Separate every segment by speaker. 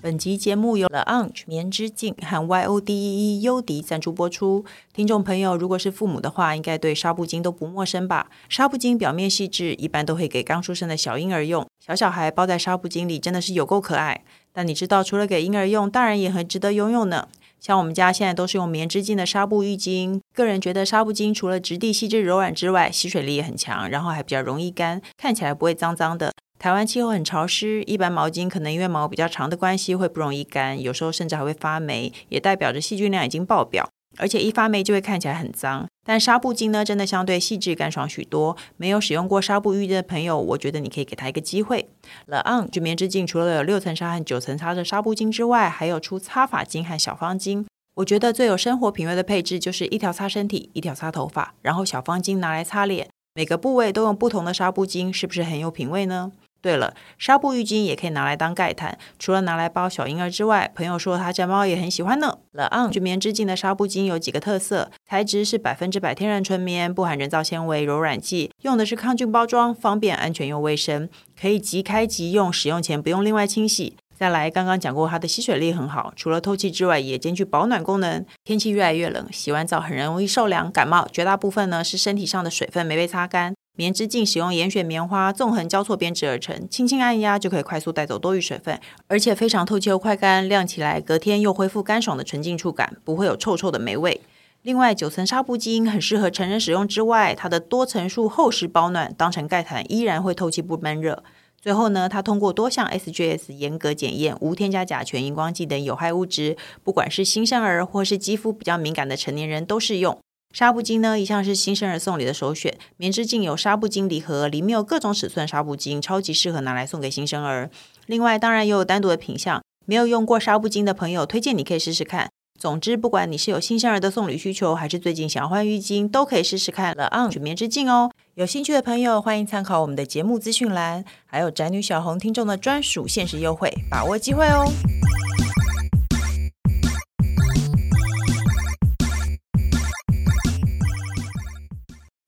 Speaker 1: 本集节目由 The Unch 棉之境和 YODEE E 优迪赞助播出。听众朋友，如果是父母的话，应该对纱布巾都不陌生吧？纱布巾表面细致，一般都会给刚出生的小婴儿用。小小孩包在纱布巾里，真的是有够可爱。但你知道，除了给婴儿用，大人也很值得拥有呢。像我们家现在都是用棉织巾的纱布浴巾，个人觉得纱布巾除了质地细致柔软之外，吸水力也很强，然后还比较容易干，看起来不会脏脏的。台湾气候很潮湿，一般毛巾可能因为毛比较长的关系会不容易干，有时候甚至还会发霉，也代表着细菌量已经爆表，而且一发霉就会看起来很脏。但纱布巾呢，真的相对细致干爽许多。没有使用过纱布浴巾的朋友，我觉得你可以给他一个机会。The On 这棉之境除了有六层纱和九层纱的纱布巾之外，还有出擦发巾和小方巾。我觉得最有生活品味的配置就是一条擦身体，一条擦头发，然后小方巾拿来擦脸，每个部位都用不同的纱布巾，是不是很有品味呢？对了，纱布浴巾也可以拿来当盖毯，除了拿来包小婴儿之外，朋友说他家猫也很喜欢呢。The On 棉之境的纱布巾有几个特色，材质是百分之百天然纯棉，不含人造纤维、柔软剂，用的是抗菌包装，方便、安全又卫生，可以即开即用，使用前不用另外清洗。再来，刚刚讲过它的吸水力很好，除了透气之外，也兼具保暖功能。天气越来越冷，洗完澡很容易受凉、感冒，绝大部分呢是身体上的水分没被擦干。棉织净使用严选棉花纵横交错编织而成，轻轻按压就可以快速带走多余水分，而且非常透气又快干，晾起来隔天又恢复干爽的纯净触感，不会有臭臭的霉味。另外，九层纱布巾很适合成人使用之外，它的多层数厚实保暖，当成盖毯依然会透气不闷热。最后呢，它通过多项 SGS 严格检验，无添加甲醛、荧光剂等有害物质，不管是新生儿或是肌肤比较敏感的成年人都适用。纱布巾呢，一向是新生儿送礼的首选。棉之境有纱布巾礼盒，里面有各种尺寸纱布巾，超级适合拿来送给新生儿。另外，当然也有单独的品相，没有用过纱布巾的朋友，推荐你可以试试看。总之，不管你是有新生儿的送礼需求，还是最近想要换浴巾，都可以试试看了 on 棉之境哦。有兴趣的朋友，欢迎参考我们的节目资讯栏，还有宅女小红听众的专属限时优惠，把握机会哦。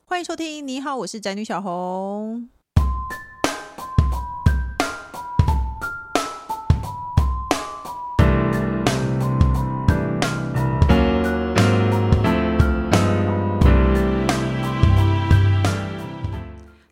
Speaker 1: 欢迎收听，你好，我是宅女小红。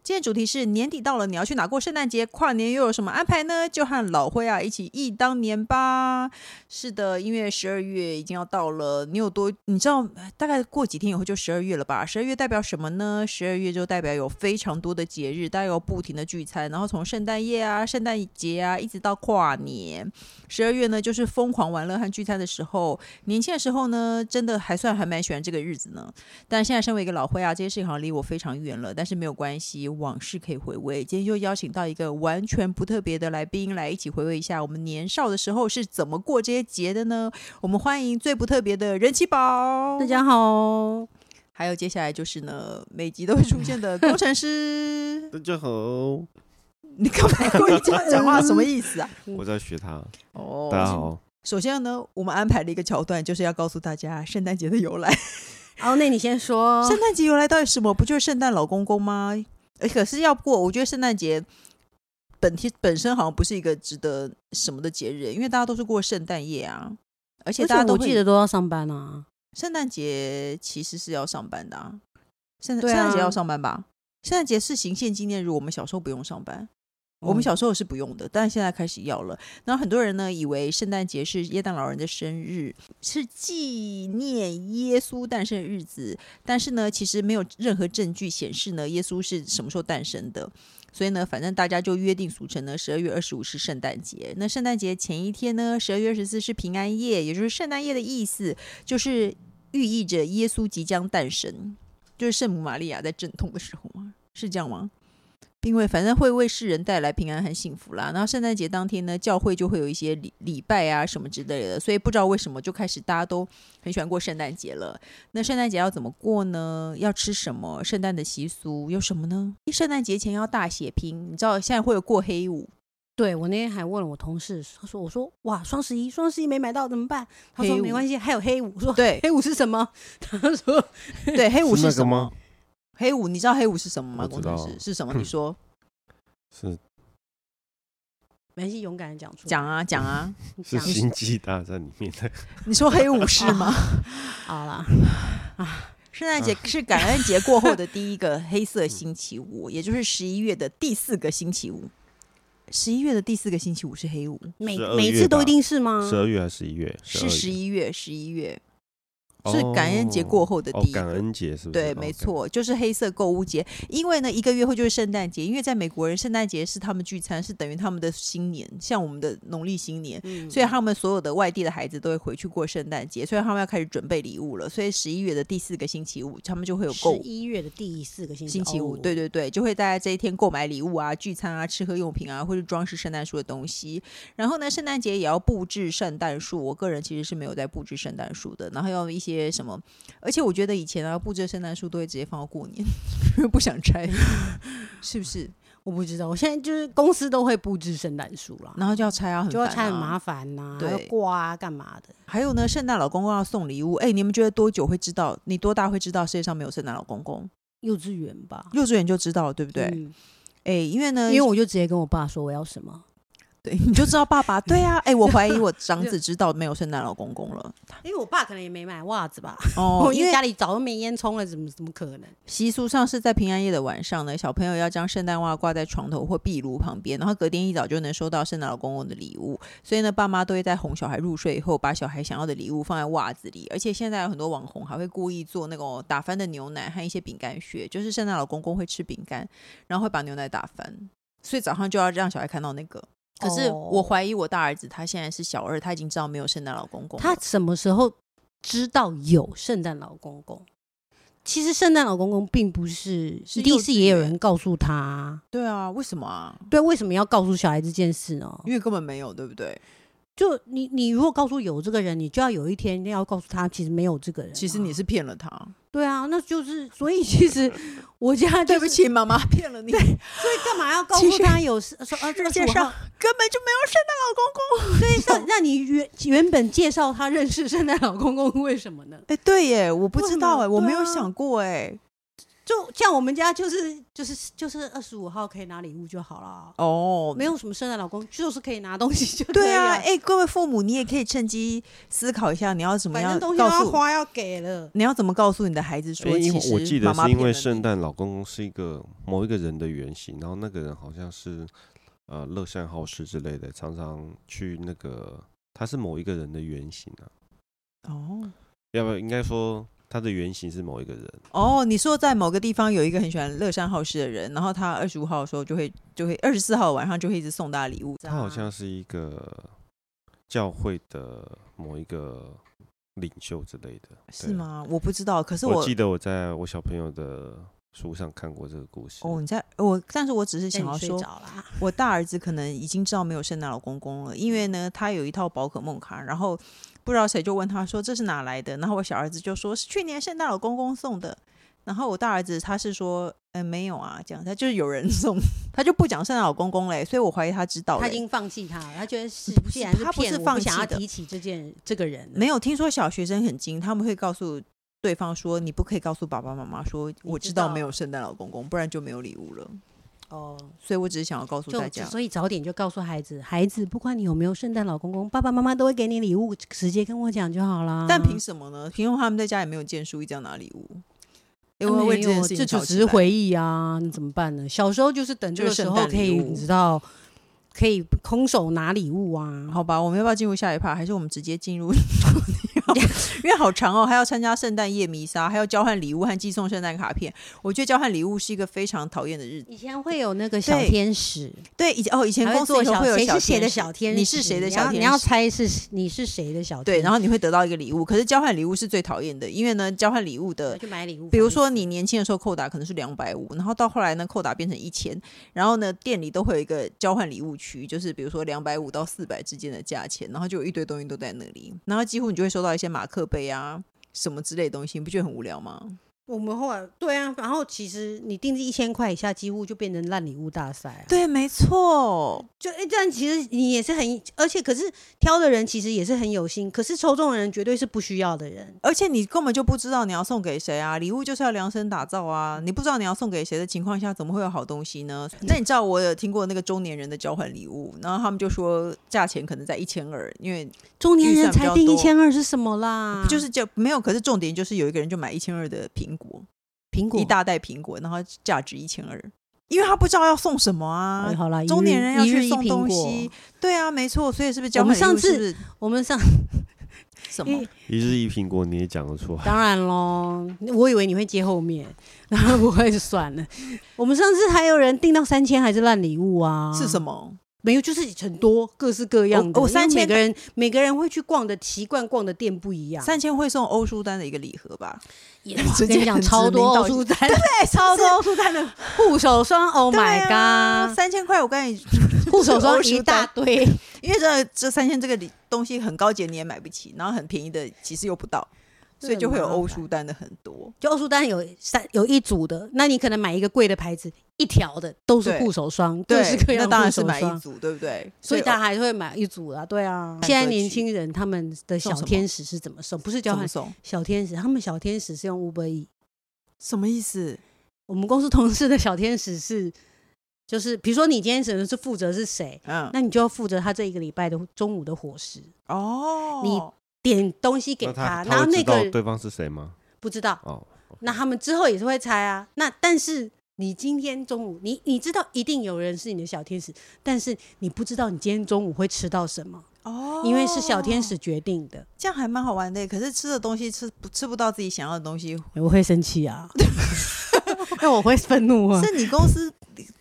Speaker 1: 今天主题是年底到了，你要去哪过圣诞节？跨年又有什么安排呢？就和老灰啊一起忆当年吧。是的，因为十二月已经要到了，你有多你知道大概过几天以后就十二月了吧？十二月代表什么呢？十二月就代表有非常多的节日，大家有不停的聚餐，然后从圣诞夜啊、圣诞节啊，一直到跨年。十二月呢，就是疯狂玩乐和聚餐的时候。年轻的时候呢，真的还算还蛮喜欢这个日子呢。但现在身为一个老灰啊，这些事情好像离我非常远了，但是没有关系。往事可以回味。今天就邀请到一个完全不特别的来宾，来一起回味一下我们年少的时候是怎么过这些节的呢？我们欢迎最不特别的人气宝，
Speaker 2: 大家好，
Speaker 1: 还有接下来就是呢，每集都会出现的工程 师。
Speaker 3: 大家好，
Speaker 1: 嗯你干嘛故意这样讲话？什么意思啊？
Speaker 3: 我在学他。
Speaker 1: 哦
Speaker 3: 大家好，
Speaker 1: 首先呢，我们安排了一个桥段，就是要告诉大家圣诞节的由来。
Speaker 2: 哦，那你先 说，
Speaker 1: 圣诞节由来到底是什么？不就是圣诞老公公吗？呃可是要过，我觉得圣诞节本体本身好像不是一个值得什么的节日，因为大家都是过圣诞夜啊，而且大家
Speaker 2: 而且
Speaker 1: 都
Speaker 2: 我
Speaker 1: 会
Speaker 2: 记得都要上班啊。
Speaker 1: 圣诞节其实是要上班的、啊，圣诞
Speaker 2: 对啊
Speaker 1: 圣诞节要上班吧？圣诞节是行宪纪念日，我们小时候不用上班。我们
Speaker 2: 嗯
Speaker 1: 小时候是不用的，但是现在开始要了。然后很多人呢，以为圣诞节是耶诞老人的生日，是纪念耶稣诞生的日子。但是呢，其实没有任何证据显示呢，耶稣是什么时候诞生的。所以呢，反正大家就约定俗成呢，十二月二十五是圣诞节。那圣诞节前一天呢，十二月二十四是平安夜，也就是圣诞夜的意思，就是寓意着耶稣即将诞生，就是圣母玛利亚在阵痛的时候嘛，是这样吗？因为反正会为世人带来平安和幸福啦。然后圣诞节当天呢，教会就会有一些礼礼拜啊什么之类的，所以不知道为什么就开始大家都很喜欢过圣诞节了。那圣诞节要怎么过呢？要吃什么？圣诞的习俗有什么呢？圣诞节前要大血拼，你知道现在会有过黑五，
Speaker 2: 对我那天还问了我同事，他说：“我说哇，双十一，双十一没买到怎么办？”他说
Speaker 1: 黑：“五
Speaker 2: 没关系，还有黑五。”我说：“
Speaker 1: 对
Speaker 2: 黑五是什么？” 他说
Speaker 1: 对，黑五哎是
Speaker 3: 是那个
Speaker 1: 什么？
Speaker 3: 吗？
Speaker 1: 黑五，你 知道黑五是什么吗？
Speaker 3: 我
Speaker 1: 工
Speaker 3: 知
Speaker 1: 程
Speaker 3: 道
Speaker 1: 师是什么？你说
Speaker 3: 是
Speaker 2: 没关系，勇敢的讲出来，
Speaker 1: 讲啊讲 啊，
Speaker 2: 你
Speaker 3: 是
Speaker 2: 讲
Speaker 3: 《星际大战》里面的，
Speaker 1: 你说黑武士吗？
Speaker 2: 好啦，
Speaker 1: 圣
Speaker 3: 嗯
Speaker 1: 诞节是感恩节过 后的第一个黑色星期五，也就是十一月的第四个星期五。十一月的第四个星期五是黑五，
Speaker 2: 每
Speaker 3: 12
Speaker 2: 每
Speaker 3: 月
Speaker 2: 次都
Speaker 3: 吧
Speaker 2: 一定是吗？
Speaker 3: 十二月还是十一月？
Speaker 1: 嗯是十
Speaker 3: 一，
Speaker 1: 一月，十一月是感恩节过后的
Speaker 3: 哦
Speaker 1: 第一
Speaker 3: 感
Speaker 1: 个。
Speaker 3: 恩节是不是？
Speaker 1: 对，
Speaker 3: 哦
Speaker 1: 没。错，就是黑色购物节。因为呢，一个月后就是圣诞节，因为在美国人，圣诞节是他们聚餐，是等于他们的新年，像我们的农历新年。
Speaker 2: 嗯
Speaker 1: 所以他们所有的外地的孩子都会回去过圣诞节，所以他们要开始准备礼物了。所以十一月的第四个星期五，他们就会有购
Speaker 2: 十
Speaker 1: 物
Speaker 2: 一月的第四个星
Speaker 1: 星期五，
Speaker 2: 哦
Speaker 1: 对对对，就会大家这一天购买礼物啊、聚餐啊、吃喝用品啊，或者装饰圣诞树的东西。然后呢，圣诞节也要布置圣诞树。我个人其实是没有在布置圣诞树的，然后要一些什么，而且我觉得以前啊，布置圣诞树都会直接放到过年， 因为不想 拆，是不是？
Speaker 2: 我不知道，我现在就是公司都会布置圣诞树啦，
Speaker 1: 然后就要拆啊，很
Speaker 2: 就要
Speaker 1: 烦
Speaker 2: 拆很
Speaker 1: 啊
Speaker 2: 麻烦呐、
Speaker 1: 对
Speaker 2: 要挂啊，干嘛的？
Speaker 1: 还有呢，圣诞老公公要送礼物。哎，你们觉得多久会知道？你多大会知道世界上没有圣诞老公公？
Speaker 2: 幼稚园吧，
Speaker 1: 幼稚园就知道了，对不对？
Speaker 2: 嗯
Speaker 1: 哎、因为呢，
Speaker 2: 因为我就直接跟我爸说我要什么，
Speaker 1: 对你就知道爸爸。对啊，哎，我怀疑我长子知道没有圣诞老公公 了。
Speaker 2: 因为我爸可能也没买袜子吧，
Speaker 1: 哦，
Speaker 2: 因
Speaker 1: 因
Speaker 2: 为
Speaker 1: 为
Speaker 2: 家里早就没烟囱了，怎么怎么可能？
Speaker 1: 习俗上是在平安夜的晚上呢，小朋友要将圣诞袜挂在床头或壁炉旁边，然后隔天一早就能收到圣诞老公公的礼物。所以呢，爸妈都会在哄小孩入睡以后，把小孩想要的礼物放在袜子里。而且现在有很多网红还会故意做那种打翻的牛奶和一些饼干屑，就是圣诞老公公会吃饼干，然后会把牛奶打翻，所以早上就要让小孩看到那个。可是
Speaker 2: 哦
Speaker 1: 我怀疑我大儿子他现在是小二，他已经知道没有圣诞老公公了。
Speaker 2: 他什么时候知道有圣诞老公公？其实圣诞老公公并不是，
Speaker 1: 是
Speaker 2: 一定
Speaker 1: 幼
Speaker 2: 是
Speaker 1: 稚
Speaker 2: 也有
Speaker 1: 园
Speaker 2: 人告诉他啊。
Speaker 1: 对啊，为什么啊？
Speaker 2: 对，为什么要告诉小孩这件事呢？
Speaker 1: 因为根本没有，对不对？
Speaker 2: 就你，你如果告诉有这个人，你就要有一天要告诉他，其实没有这个人啊、
Speaker 1: 其实你是骗了他。
Speaker 2: 对啊，那就是所以其实我家、就是、
Speaker 1: 对不，起，妈妈骗了你，根
Speaker 2: 所以干嘛要告
Speaker 1: 其
Speaker 2: 诉
Speaker 1: 实
Speaker 2: 他有事说啊？这个
Speaker 1: 世界
Speaker 2: 是我
Speaker 1: 上
Speaker 2: 号
Speaker 1: 本就没有圣诞老公公。
Speaker 2: 对，那那你原原本介绍他认识圣诞老公公，为什么呢？
Speaker 1: 哎，对耶，我不
Speaker 2: 为什
Speaker 1: 知
Speaker 2: 么
Speaker 1: 道哎，我
Speaker 2: 对
Speaker 1: 没有
Speaker 2: 啊
Speaker 1: 想过哎。
Speaker 2: 就像我们家就是就是就是二十五号可以拿礼物就好了。
Speaker 1: 哦
Speaker 2: 没有什么圣诞老公，就是可以拿东西就可以
Speaker 1: 对啊，
Speaker 2: 了，
Speaker 1: 哎，各位父母，你也可以趁机思考一下，你要怎么
Speaker 2: 反
Speaker 1: 样
Speaker 2: 正东西都
Speaker 1: 告
Speaker 2: 要
Speaker 1: 诉
Speaker 2: 花要给了。
Speaker 1: 你要怎么告诉你的孩子
Speaker 3: 哎
Speaker 1: 说，
Speaker 3: 因
Speaker 1: 其
Speaker 3: 为我记
Speaker 1: 实
Speaker 3: 得
Speaker 1: 妈妈
Speaker 3: 是因
Speaker 1: 骗
Speaker 3: 为
Speaker 1: 了
Speaker 3: 圣
Speaker 1: 你。
Speaker 3: 诞老公公是一个某一个人的原型，然后那个人好像是呃乐善好施之类的，常常去那个他是某一个人的原型啊，
Speaker 1: 哦
Speaker 3: 要不要应该说他的原型是某一个人，
Speaker 1: 哦，你说在某个地方有一个很喜欢乐善好施的人，然后他二十五号的时候就会就会二十四号晚上就会一直送大家礼物。
Speaker 3: 他好像是一个教会的某一个领袖之类的，
Speaker 1: 是
Speaker 3: 对？
Speaker 1: 吗？我不知道，可是
Speaker 3: 我
Speaker 1: 我
Speaker 3: 记得我在我小朋友的书上看过这个故事。
Speaker 1: 哦，你在我，但是我只是
Speaker 2: 想
Speaker 1: 想要
Speaker 2: 睡
Speaker 1: 说
Speaker 2: 着，啦，
Speaker 1: 我大儿子可能已经知道没有圣诞老公公了，因为呢，他有一套宝可梦卡，然后不知道谁就问他说这是哪来的，然后我小儿子就说是去年圣诞老公公送的，然后我大儿子他是说，嗯、没有啊，这样他就是有人 送，他就不讲圣诞老公公嘞，所以我怀疑他知道
Speaker 2: 他
Speaker 1: 嘞
Speaker 2: 已经放弃他了，他觉得是
Speaker 1: 不是
Speaker 2: 既然
Speaker 1: 他不
Speaker 2: 骗
Speaker 1: 是
Speaker 2: 我
Speaker 1: 放
Speaker 2: 想
Speaker 1: 弃
Speaker 2: 要
Speaker 1: 的
Speaker 2: 提起这件这个人了，
Speaker 1: 没有听说小学生很精，他们会告诉对方说你不可以告诉爸爸妈妈说我
Speaker 2: 知
Speaker 1: 知道
Speaker 2: 道
Speaker 1: 没有圣诞老公公，不然就没有礼物了。
Speaker 2: 哦，
Speaker 1: 所以我只是想要告诉大
Speaker 2: 就
Speaker 1: 家，
Speaker 2: 所以早点就告诉孩子，孩子不管你有没有圣诞老公公，爸爸妈妈都会给你礼物，直接跟我讲就好啦。
Speaker 1: 但凭什么呢？凭什么他们在家也没有见书一定要拿礼物？因为
Speaker 2: 啊没
Speaker 1: 为这件
Speaker 2: 有
Speaker 1: 事情
Speaker 2: 这就
Speaker 1: 吵起
Speaker 2: 只是
Speaker 1: 来
Speaker 2: 回忆啊，你怎么办呢？小时候就是等这
Speaker 1: 就
Speaker 2: 个
Speaker 1: 是
Speaker 2: 时
Speaker 1: 圣
Speaker 2: 候
Speaker 1: 诞
Speaker 2: 可以，
Speaker 1: 礼物
Speaker 2: 你知道，可以空手拿礼物啊。
Speaker 1: 好吧，我们要不要进入下一趴？还是我们直接进入 主题？因为好长哦，还要参加圣诞夜弥撒，还要交换礼物和寄送圣诞卡片。我觉得交换礼物是一个非常讨厌的日子。
Speaker 2: 以前会有那个小
Speaker 1: 对
Speaker 2: 天使，
Speaker 1: 对，以前哦，以前
Speaker 2: 还
Speaker 1: 公
Speaker 2: 会
Speaker 1: 司
Speaker 2: 做
Speaker 1: 以前
Speaker 2: 小
Speaker 1: 会有
Speaker 2: 谁是谁的
Speaker 1: 使
Speaker 2: 小天使，
Speaker 1: 你是谁的小
Speaker 2: 你
Speaker 1: 天使？
Speaker 2: 要你要猜是你是谁的小天
Speaker 1: 对，
Speaker 2: 使，
Speaker 1: 然后你会得到一个礼物。可是交换礼物是最讨厌的，因为呢，交换礼物的
Speaker 2: 去买礼物，
Speaker 1: 比如说你年轻的时候扣打可能是两百五，然后到后来呢扣打变成一千，然后呢店里都会有一个交换礼物区，就是比如说两百五到四百之间的价钱，然后就有一堆东西都在那里，然后几乎你就会收到一些马克杯啊什么之类的东西，你不觉得很无聊吗？
Speaker 2: 我们后来对啊，然后其实你定制一千块以下，几乎就变成烂礼物大赛啊。
Speaker 1: 对，没错，
Speaker 2: 就哎，这样其实你也是很，而且可是挑的人其实也是很有心，可是抽中的人绝对是不需要的人。
Speaker 1: 而且你根本就不知道你要送给谁啊，礼物就是要量身打造啊，你不知道你要送给谁的情况下，怎么会有好东西呢？那你知道我有听过那个中年人的交换礼物，然后他们就说价钱可能在一千二，因为
Speaker 2: 中年人才定
Speaker 1: 预
Speaker 2: 一
Speaker 1: 算
Speaker 2: 千二是什么啦？
Speaker 1: 就是就没有，可是重点就是有一个人就买一千二的苹果，
Speaker 2: 苹果
Speaker 1: 一大袋苹果，然后价值一千二，因为他不知道要送什么啊。
Speaker 2: 哎好啦，一
Speaker 1: 中年
Speaker 2: 日
Speaker 1: 人要
Speaker 2: 一日
Speaker 1: 去
Speaker 2: 一
Speaker 1: 送
Speaker 2: 苹
Speaker 1: 东
Speaker 2: 果
Speaker 1: 西，对啊，没错，所以是不是交
Speaker 2: 我
Speaker 1: 换
Speaker 2: 们
Speaker 1: 礼
Speaker 2: 上
Speaker 1: 物是
Speaker 2: 次
Speaker 1: 不是
Speaker 2: 我们上
Speaker 1: 什
Speaker 2: 因
Speaker 1: 么
Speaker 2: 为？
Speaker 3: 一日一苹果你也讲得出来，
Speaker 2: 当然喽，我以为你会接后面，然后不会就算了。我们上次还有人订到三千还是烂礼物啊？
Speaker 1: 是什
Speaker 2: 么？
Speaker 1: 么？
Speaker 2: 没有，就是很多各式各样的。
Speaker 1: 哦哦
Speaker 2: 因为
Speaker 1: 3000
Speaker 2: 每个人每个人会去逛的习惯逛的店不一样。
Speaker 1: 三千会送欧舒丹的一个礼盒吧？
Speaker 2: 也
Speaker 1: 直
Speaker 2: 我
Speaker 1: 接
Speaker 2: 跟你讲，
Speaker 1: 很
Speaker 2: 超
Speaker 1: 直
Speaker 2: 多
Speaker 1: 明到
Speaker 2: 欧舒 丹，
Speaker 1: 哎，超
Speaker 2: 多欧舒丹的护手霜，Oh my
Speaker 1: 对啊
Speaker 2: god，
Speaker 1: 三千块，我跟你，
Speaker 2: 护手
Speaker 1: 欧
Speaker 2: 霜
Speaker 1: 舒
Speaker 2: 一大
Speaker 1: 丹
Speaker 2: 堆。
Speaker 1: 因为这这三千这个礼东西很高级，你也买不起，然后很便宜的其实又不到，所以就会有欧舒丹的很多。
Speaker 2: 就欧舒丹有三有一组的，那你可能买一个贵的牌子，一条的都是
Speaker 1: 对
Speaker 2: 护手霜，各
Speaker 1: 对
Speaker 2: 式，各样
Speaker 1: 那
Speaker 2: 的
Speaker 1: 当然
Speaker 2: 护
Speaker 1: 是
Speaker 2: 手
Speaker 1: 买一
Speaker 2: 霜。
Speaker 1: 组，对不对？哦
Speaker 2: 所以大家
Speaker 1: 家
Speaker 2: 还是会买一组啊，对啊。
Speaker 1: 看
Speaker 2: 现在
Speaker 1: 歌曲
Speaker 2: 年轻人他们的小
Speaker 1: 送什么
Speaker 2: 天使是怎么送？不是交
Speaker 1: 怎么
Speaker 2: 换
Speaker 1: 送？
Speaker 2: 小天使，他们小天使是用 Uber E。
Speaker 1: 什么意思？
Speaker 2: 我们公司同事的小天使是，就是比如说你今天只能是负责是谁，
Speaker 1: 嗯，
Speaker 2: 那你就要负责他这一个礼拜的中午的伙食，
Speaker 1: 哦，
Speaker 2: 你点东西给
Speaker 3: 那他
Speaker 2: 然
Speaker 3: 他
Speaker 2: 后
Speaker 3: 会
Speaker 2: 那
Speaker 3: 知道
Speaker 2: 个
Speaker 3: 对方是谁吗？
Speaker 2: 不知道，
Speaker 3: 哦，
Speaker 2: 那他们之后也是会猜啊。那但是你今天中午，你你知道一定有人是你的小天使，但是你不知道你今天中午会吃到什么，
Speaker 1: 哦，
Speaker 2: 因为是小天，使决定的。
Speaker 1: 这样还蛮好玩的。可是吃的东西吃不吃不到自己想要的东西，
Speaker 2: 我会生气 啊，那我会愤怒啊。
Speaker 1: 是你公司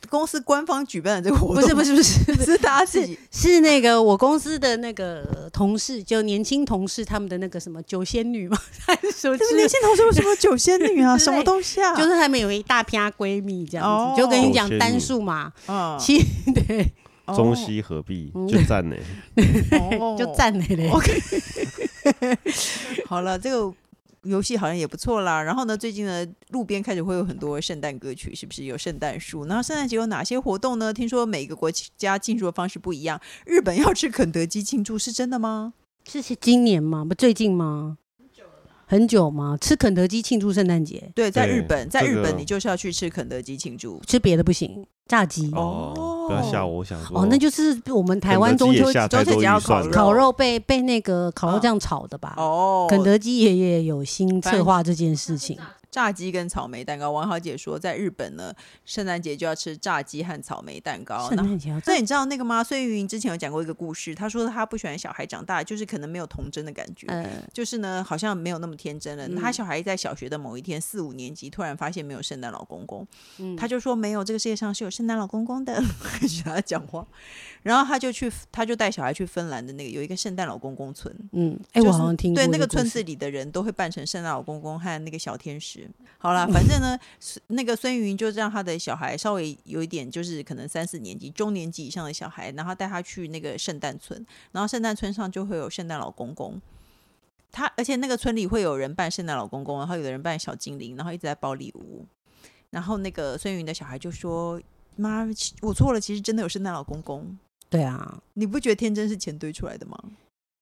Speaker 1: 公司官方举办的这个活
Speaker 2: 不
Speaker 1: 动，
Speaker 2: 是不是不是，
Speaker 1: 是大家自己
Speaker 2: 是那个我公司的那个同事，就年轻同事他们的那个什么九仙女嘛， 还是什么之
Speaker 1: 这个
Speaker 2: 类
Speaker 1: 年
Speaker 2: 的，
Speaker 1: 轻同事为什么九仙女 啊？
Speaker 2: 之
Speaker 1: 什
Speaker 2: 类
Speaker 1: 么东西啊？
Speaker 2: 就是他们有一大批闺蜜这样
Speaker 1: 哦
Speaker 2: 子，就跟你讲
Speaker 3: 九仙女
Speaker 2: 单数嘛，
Speaker 1: 嗯
Speaker 2: 其对，
Speaker 1: 哦
Speaker 3: 中西合璧
Speaker 2: 嗯
Speaker 3: 就 赞呢。
Speaker 1: 哦
Speaker 2: 就赞美嘞。
Speaker 1: OK，好了，这个游戏好像也不错啦。然后呢，最近呢，路边开始会有很多圣诞歌曲，是不是有圣诞树？然后圣诞节有哪些活动呢？听说每个国家庆祝的方式不一样，日本要吃肯德基庆祝，是真的吗？
Speaker 2: 是是今年吗？不，最近吗？很久吗？吃肯德基庆祝圣诞节，
Speaker 1: 对，在
Speaker 3: 对
Speaker 1: 日本，在
Speaker 3: 这
Speaker 1: 日
Speaker 3: 个
Speaker 1: 本你就是要去吃肯德基庆祝。
Speaker 2: 吃别的不行，炸鸡哦
Speaker 1: 哦
Speaker 3: 哦，不要吓我，我想说
Speaker 2: 那就是我们台湾
Speaker 3: 肯德
Speaker 2: 中
Speaker 3: 基也
Speaker 2: 秋
Speaker 3: 下
Speaker 1: 中
Speaker 3: 太
Speaker 1: 秋
Speaker 3: 多
Speaker 1: 节要
Speaker 3: 预算
Speaker 1: 烤
Speaker 3: 了
Speaker 2: 烤肉被被那个烤肉酱炒的吧？
Speaker 1: 哦，
Speaker 2: 肯德基爷爷有心
Speaker 1: 反
Speaker 2: 策划这件事情，
Speaker 1: 炸鸡跟草莓蛋糕。王小姐说，在日本呢，圣诞节就要吃炸鸡和草莓蛋糕。
Speaker 2: 圣
Speaker 1: 然后
Speaker 2: 诞节要
Speaker 1: 那你知道那个吗？孙云云之前有讲过一个故事，她说她不喜欢小孩长大，就是可能没有童真的感觉，
Speaker 2: 呃，
Speaker 1: 就是呢好像没有那么天真了。
Speaker 2: 嗯
Speaker 1: 她小孩在小学的某一天四五年级突然发现没有圣诞老公公，
Speaker 2: 嗯
Speaker 1: 她就说没有这个世界上是有圣诞老公公的， 开始跟她讲话，然后她就去，她就带小孩去芬兰的那个有一个圣诞老公公村，
Speaker 2: 嗯，哎，
Speaker 1: 就
Speaker 2: 我
Speaker 1: 是
Speaker 2: 好像听过
Speaker 1: 对那
Speaker 2: 这
Speaker 1: 个
Speaker 2: 故事
Speaker 1: 村子里的人都会扮成圣诞老公公和那个小天使。好啦，反正呢，孙那个孙云就让他的小孩稍微有一点，就是可能三四年级、中年级以上的小孩，然后带他去那个圣诞村，然后圣诞村上就会有圣诞老公公。他而且那个村里会有人扮圣诞老公公，然后有的人扮小精灵，然后一直在包礼物。然后那个孙云的小孩就说：“妈，其我错了，其实真的有圣诞老公公。
Speaker 2: 对啊，”
Speaker 1: 你不觉得天真是钱堆出来的吗？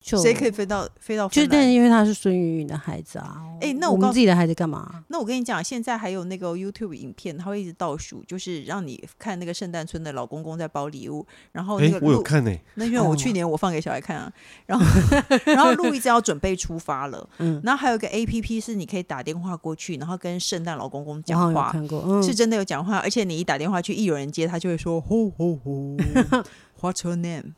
Speaker 2: 就
Speaker 1: 谁可以？飞到飞到
Speaker 2: 就
Speaker 1: 芬兰
Speaker 2: 但因为他是孙云云的孩子啊，
Speaker 1: 哎那我
Speaker 2: 我
Speaker 1: 告
Speaker 2: 们
Speaker 1: 诉
Speaker 2: 自己的孩子干嘛？
Speaker 1: 那我跟你讲，现在还有那个 YouTube 影片，它会一直倒数，就是让你看那个圣诞村的老公公在包礼物，然后那
Speaker 3: 哎
Speaker 1: 个，
Speaker 3: 我有
Speaker 1: 路，
Speaker 3: 看呢，
Speaker 1: 那因为我
Speaker 2: 哦
Speaker 1: 去年我放给小孩看啊，然 后然后路一直要准备出发了，
Speaker 2: 嗯，
Speaker 1: 然后还有一个 APP 是你可以打电话过去，然后跟圣诞老公公
Speaker 2: 我好
Speaker 1: 讲
Speaker 2: 像有
Speaker 1: 话，
Speaker 2: 看过，嗯，
Speaker 1: 是真的有讲话，而且你一打电话去，一有人接，他就会说吼吼 吼，What's your name？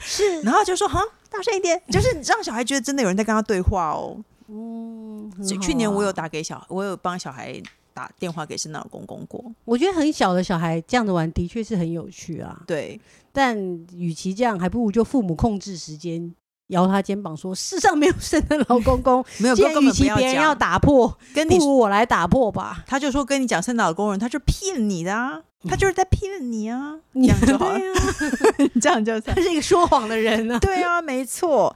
Speaker 2: 是
Speaker 1: 然后就说哈，大声一点，就是让小孩觉得真的有人在跟他对话哦。
Speaker 2: 嗯，很
Speaker 1: 所以
Speaker 2: 好
Speaker 1: 去年我
Speaker 2: 啊
Speaker 1: 有打给小，我有帮小孩打电话给圣诞老公公过。
Speaker 2: 我觉得很小的小孩这样子玩的确是很有趣啊，
Speaker 1: 对，
Speaker 2: 但与其这样，还不如就父母控制时间，摇他肩膀说：“世上没有圣诞 老公公，
Speaker 1: 没有
Speaker 2: 既
Speaker 1: 根
Speaker 2: 然
Speaker 1: 本
Speaker 2: 与
Speaker 1: 不
Speaker 2: 其
Speaker 1: 要
Speaker 2: 别人要
Speaker 1: 讲，
Speaker 2: 打破，
Speaker 1: 跟
Speaker 2: 不
Speaker 1: 你
Speaker 2: 如我来打破吧。
Speaker 1: 他就说跟你讲圣诞老公人，他就骗你的啊，他就是在骗你啊，”这
Speaker 2: 你
Speaker 1: 样就好了，
Speaker 2: 对啊，
Speaker 1: 这样就算
Speaker 2: 他。是一个说谎的人呢、啊。
Speaker 1: 对啊，没错。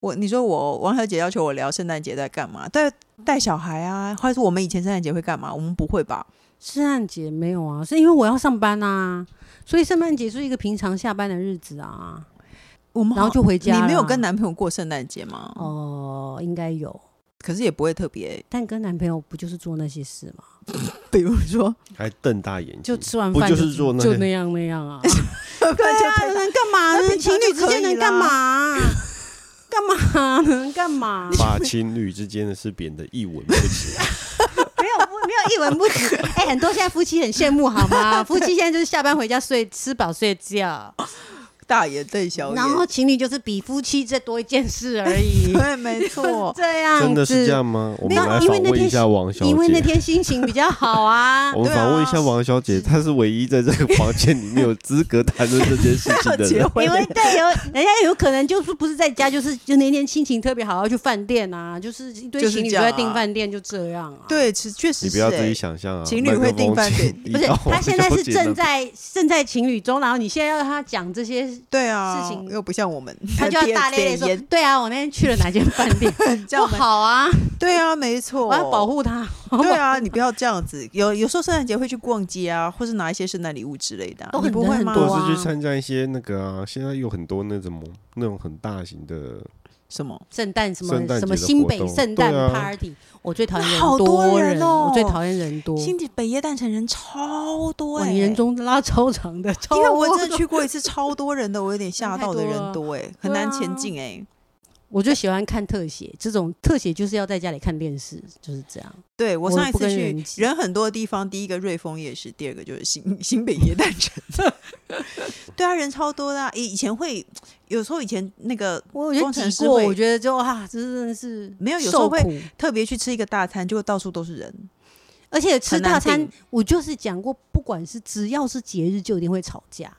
Speaker 1: 我你说我王小姐要求我聊圣诞节在干嘛？带带小孩啊，或者是我们以前圣诞节会干嘛？我们不会吧？
Speaker 2: 圣诞节没有啊，是因为我要上班啊，所以圣诞节是一个平常下班的日子啊。
Speaker 1: 我们
Speaker 2: 然后
Speaker 1: 好
Speaker 2: 就回家
Speaker 1: 你没有
Speaker 2: 啦
Speaker 1: 跟男朋友过圣诞节吗？哦，
Speaker 2: 哦、应该有，
Speaker 1: 可是也不会特别，
Speaker 2: 但跟男朋友不就是做那些事吗？
Speaker 1: 比如说，
Speaker 3: 还瞪大眼睛，
Speaker 2: 就吃完
Speaker 3: 不
Speaker 2: 饭
Speaker 3: 就是做那
Speaker 2: 就那样那样啊？
Speaker 1: 对
Speaker 2: 啊，能干嘛
Speaker 1: 那
Speaker 2: 呢？
Speaker 1: 平常
Speaker 2: 情侣
Speaker 1: 就
Speaker 2: 之
Speaker 1: 可以
Speaker 2: 间能干嘛？ 干嘛能干嘛？
Speaker 3: 把情侣之间的事贬得 一文不值。
Speaker 2: 没有不没有一文不 值。哎、很多现在夫妻很羡慕好 吗？夫妻现在就是下班回家睡，吃饱睡觉，
Speaker 1: 大眼瞪小眼，
Speaker 2: 然后情侣就是比夫妻再多一件事而 已。，
Speaker 1: 对，没错
Speaker 2: 哦这样子
Speaker 3: 真的是这样吗？我
Speaker 2: 没
Speaker 3: 们
Speaker 2: 有
Speaker 3: 来
Speaker 2: 因为
Speaker 3: 访
Speaker 2: 那
Speaker 3: 问
Speaker 2: 天
Speaker 3: 一下王小姐。。
Speaker 2: 因为那天心情比较好啊
Speaker 3: 我们
Speaker 1: 对
Speaker 3: 访问一下
Speaker 1: 啊
Speaker 3: 王小姐，她是唯一在这个房间里面有资格谈论这件事 情的
Speaker 1: 结
Speaker 3: 人。
Speaker 1: 婚
Speaker 2: 因为对有人家有可能就是不是在家，就是就那天心情特别好，要去饭店啊，就是一堆
Speaker 1: 就是
Speaker 2: 情侣
Speaker 1: 这
Speaker 2: 都
Speaker 1: 样
Speaker 2: 在
Speaker 1: 啊
Speaker 2: 订饭店，就这样啊。
Speaker 1: 对，其实确实
Speaker 3: 你
Speaker 1: 是、
Speaker 3: 不
Speaker 1: 欸，
Speaker 3: 要自己想象啊，
Speaker 1: 情侣会订饭店
Speaker 3: 不
Speaker 2: 不是， 他现在是正在 正在情侣中，然后你现在要他讲这些，
Speaker 1: 对啊，
Speaker 2: 事情
Speaker 1: 又不像我们，
Speaker 2: 他就要
Speaker 1: 点
Speaker 2: 大咧咧
Speaker 1: 点
Speaker 2: 说
Speaker 1: 烟，
Speaker 2: 对啊，我那天去了哪间饭 店，
Speaker 1: 这样
Speaker 2: 不
Speaker 1: 吗
Speaker 2: 好啊，
Speaker 1: 对啊，没错，
Speaker 2: 我要保。护他。
Speaker 1: 对啊，你不要这样子。有有时候圣诞节会去逛街啊，或是拿一些圣诞礼物之类的啊、
Speaker 2: 都
Speaker 1: 你
Speaker 2: 很
Speaker 1: 不会
Speaker 2: 人很
Speaker 1: 吗？
Speaker 2: 多
Speaker 3: 或
Speaker 2: 啊
Speaker 3: 是去参加一些那个啊，现在有很多那什么那种很大型的，
Speaker 1: 什么？
Speaker 2: 圣诞什
Speaker 3: 圣诞
Speaker 2: 么什
Speaker 3: 节的
Speaker 2: 么新北
Speaker 3: 活动
Speaker 2: 圣诞
Speaker 3: 对啊
Speaker 2: party，我最讨厌人
Speaker 1: 好多人哦
Speaker 2: 我最讨厌人多。
Speaker 1: 新北耶诞城人超多
Speaker 2: 哇，
Speaker 1: 哎、
Speaker 2: 你人中拉超长的，超
Speaker 1: 因为我真的去过一次，超多人的，我有点吓到的
Speaker 2: 太多
Speaker 1: 人
Speaker 2: 了
Speaker 1: 多哎、很
Speaker 2: 对
Speaker 1: 难
Speaker 2: 啊
Speaker 1: 前进哎、
Speaker 2: 我就喜欢看特写，这种特写就是要在家里看电视，就是这样。
Speaker 1: 对我
Speaker 2: 我
Speaker 1: 上一
Speaker 2: 不
Speaker 1: 次
Speaker 2: 跟
Speaker 1: 去
Speaker 2: 人挤
Speaker 1: 人很多的地方，第一个瑞丰夜市，第二个就是新 新北耶诞 城。对啊，人超多的、啊。以以前会有时候以前那个
Speaker 2: 我
Speaker 1: 觉
Speaker 2: 觉
Speaker 1: 得挤
Speaker 2: 得挤
Speaker 1: 过
Speaker 2: 过，
Speaker 1: 我
Speaker 2: 我觉得就啊，这真的是
Speaker 1: 没有有时候
Speaker 2: 受
Speaker 1: 会
Speaker 2: 苦，
Speaker 1: 特别去吃一个大餐，结果到处都是人，
Speaker 2: 而且吃
Speaker 1: 很难
Speaker 2: 大餐
Speaker 1: 定，
Speaker 2: 我就是讲过，不管是只要是节日，就一定会吵架。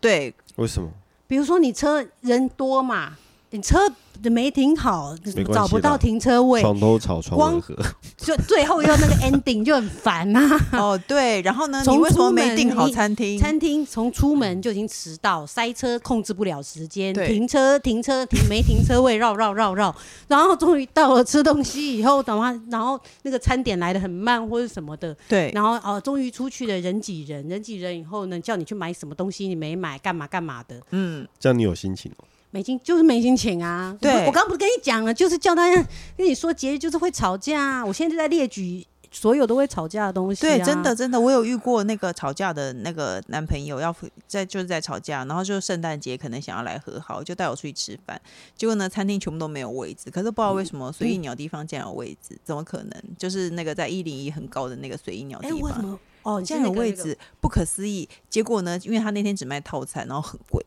Speaker 1: 对，
Speaker 3: 为什么？
Speaker 2: 比如说你车人多嘛，你车没停好
Speaker 3: 没关，系
Speaker 2: 找不到
Speaker 3: 啦
Speaker 2: 停车位，
Speaker 3: 床头吵，床
Speaker 2: 光
Speaker 3: 尾和。
Speaker 2: 就最后又那个 ending 就很烦啊 呐、
Speaker 1: 哦对，然后呢，你
Speaker 2: 从
Speaker 1: 为什么
Speaker 2: 出
Speaker 1: 没
Speaker 2: 门
Speaker 1: 订好
Speaker 2: 你
Speaker 1: 餐厅？
Speaker 2: 餐厅从出门就已经迟到，塞车控制不了时间，
Speaker 1: 对
Speaker 2: 停车停车停没停车位，绕绕绕绕，然后终于到了吃东西以后，等他，然后那个餐点来的很慢或者什么的，
Speaker 1: 对，
Speaker 2: 然后哦，终于出去了，人挤人，人挤人以后呢，叫你去买什么东西，你没买，干嘛干嘛的，
Speaker 1: 嗯，
Speaker 3: 这样你有心情哦？
Speaker 2: 没心就是没心情啊。
Speaker 1: 对
Speaker 2: 我我刚不是跟你讲了，就是叫大家跟你说节日就是会吵架、啊，我现在就在列举所有都会吵架的东西、啊。
Speaker 1: 对，真的真的，我有遇过那个吵架的那个男朋友要在就是在吵架，然后就圣诞节可能想要来和好，就带我出去吃饭，结果呢餐厅全部都没有位置，可是不知道
Speaker 2: 嗯
Speaker 1: 为什么随意鸟地方竟然有位置，怎么可能？就是那个在一零一很高的那个随意鸟
Speaker 2: 哎、
Speaker 1: 地
Speaker 2: 为什
Speaker 1: 方。
Speaker 2: 么？哦，你
Speaker 1: 竟
Speaker 2: 现
Speaker 1: 然
Speaker 2: 在
Speaker 1: 有位置，不可思议。结果呢，因为他那天只卖套餐，然后很贵，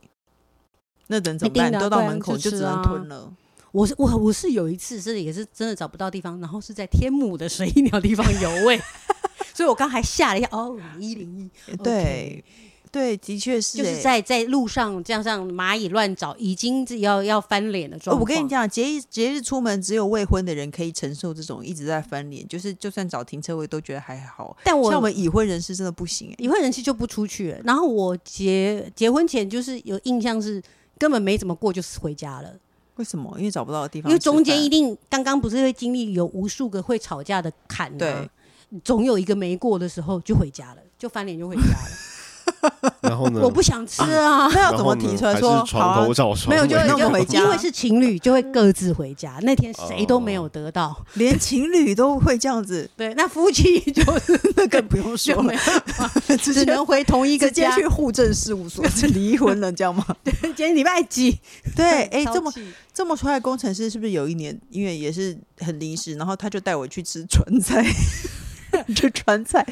Speaker 1: 那能怎么
Speaker 2: 一定
Speaker 1: 办？
Speaker 2: 的
Speaker 1: 你
Speaker 2: 啊
Speaker 1: 都到
Speaker 2: 不然
Speaker 1: 门口就
Speaker 2: 就
Speaker 1: 只
Speaker 2: 吃
Speaker 1: 能
Speaker 2: 啊
Speaker 1: 吞了。
Speaker 2: 我是我我是有一次是也是真的找不到地方，然后是在天母的水鸟地方有 位，所以我刚还吓了一下，哦，一零一，
Speaker 1: 对对，的确是、欸。
Speaker 2: 就是在在路上这样像蚂蚁乱找，已经是要要翻脸的
Speaker 1: 呃
Speaker 2: 状况。
Speaker 1: 我跟你，讲，节日节日出门只有未婚的人可以承受这种一直在翻脸，就是就算找停车位都觉得还好。
Speaker 2: 但我
Speaker 1: 像我们已婚人士真的不行哎、
Speaker 2: 已婚人士就不出去了，然后我结结婚前就是有印象是根本没怎么过，就是回家了，
Speaker 1: 为什么？因为找不到地方吃饭，
Speaker 2: 因为中间一定刚刚不是会经历有无数个会吵架的坎、啊，
Speaker 1: 对，
Speaker 2: 总有一个没过的时候就回家了，就翻脸就回家了，
Speaker 3: 然后呢？
Speaker 2: 我不想吃啊。
Speaker 1: 那要
Speaker 3: 然
Speaker 1: 怎么
Speaker 3: 后呢
Speaker 1: 提出来
Speaker 3: 还
Speaker 1: 说
Speaker 3: 是
Speaker 1: 好、
Speaker 3: 床
Speaker 1: 啊
Speaker 3: 头？吵，床
Speaker 1: 没有
Speaker 3: 尾
Speaker 1: 就
Speaker 3: 和
Speaker 1: 那我们回家
Speaker 2: 因为是情侣，就会各自回家。那天谁都没
Speaker 1: 哦
Speaker 2: 有得到，
Speaker 1: 连情侣都会这样子，
Speaker 2: 对，那夫妻就
Speaker 1: 那更 不用
Speaker 2: 就
Speaker 1: 说
Speaker 2: 没
Speaker 1: 了，
Speaker 2: 有，
Speaker 1: 直
Speaker 2: 只
Speaker 1: 接
Speaker 2: 能回同一个
Speaker 1: 直接
Speaker 2: 家。
Speaker 1: 去户政事务所离婚了，这样吗？
Speaker 2: 今天礼拜几？
Speaker 1: 对，哎、
Speaker 2: 超
Speaker 1: 这么
Speaker 2: 气
Speaker 1: 这么出来，工程师是不是有一年因为也是很临时，然后他就带我去吃川菜， 吃川菜，